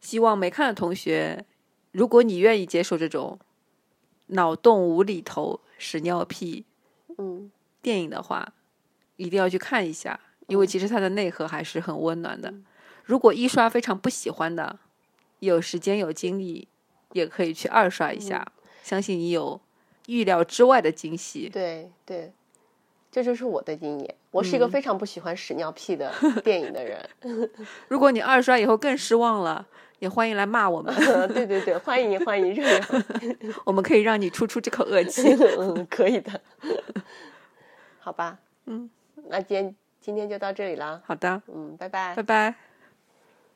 [SPEAKER 1] 希望没看的同学，如果你愿意接受这种脑洞无厘头、屎尿屁
[SPEAKER 2] 嗯，
[SPEAKER 1] 电影的话，一定要去看一下，因为其实它的内核还是很温暖的。如果一刷非常不喜欢的，有时间有精力，也可以去二刷一下，相信你有预料之外的惊喜。
[SPEAKER 2] 对对，这就是我的阴影。我是一个非常不喜欢屎尿屁的电影的人。
[SPEAKER 1] 如果你二刷以后更失望了，也欢迎来骂我们，
[SPEAKER 2] 对对对，欢迎欢迎热烈欢
[SPEAKER 1] 我们可以让你出出这口恶气。
[SPEAKER 2] 迎， 嗯，可以的。好吧，嗯，那今天今天就到这里啦。
[SPEAKER 1] 好的，
[SPEAKER 2] 嗯，拜拜
[SPEAKER 1] 拜。拜。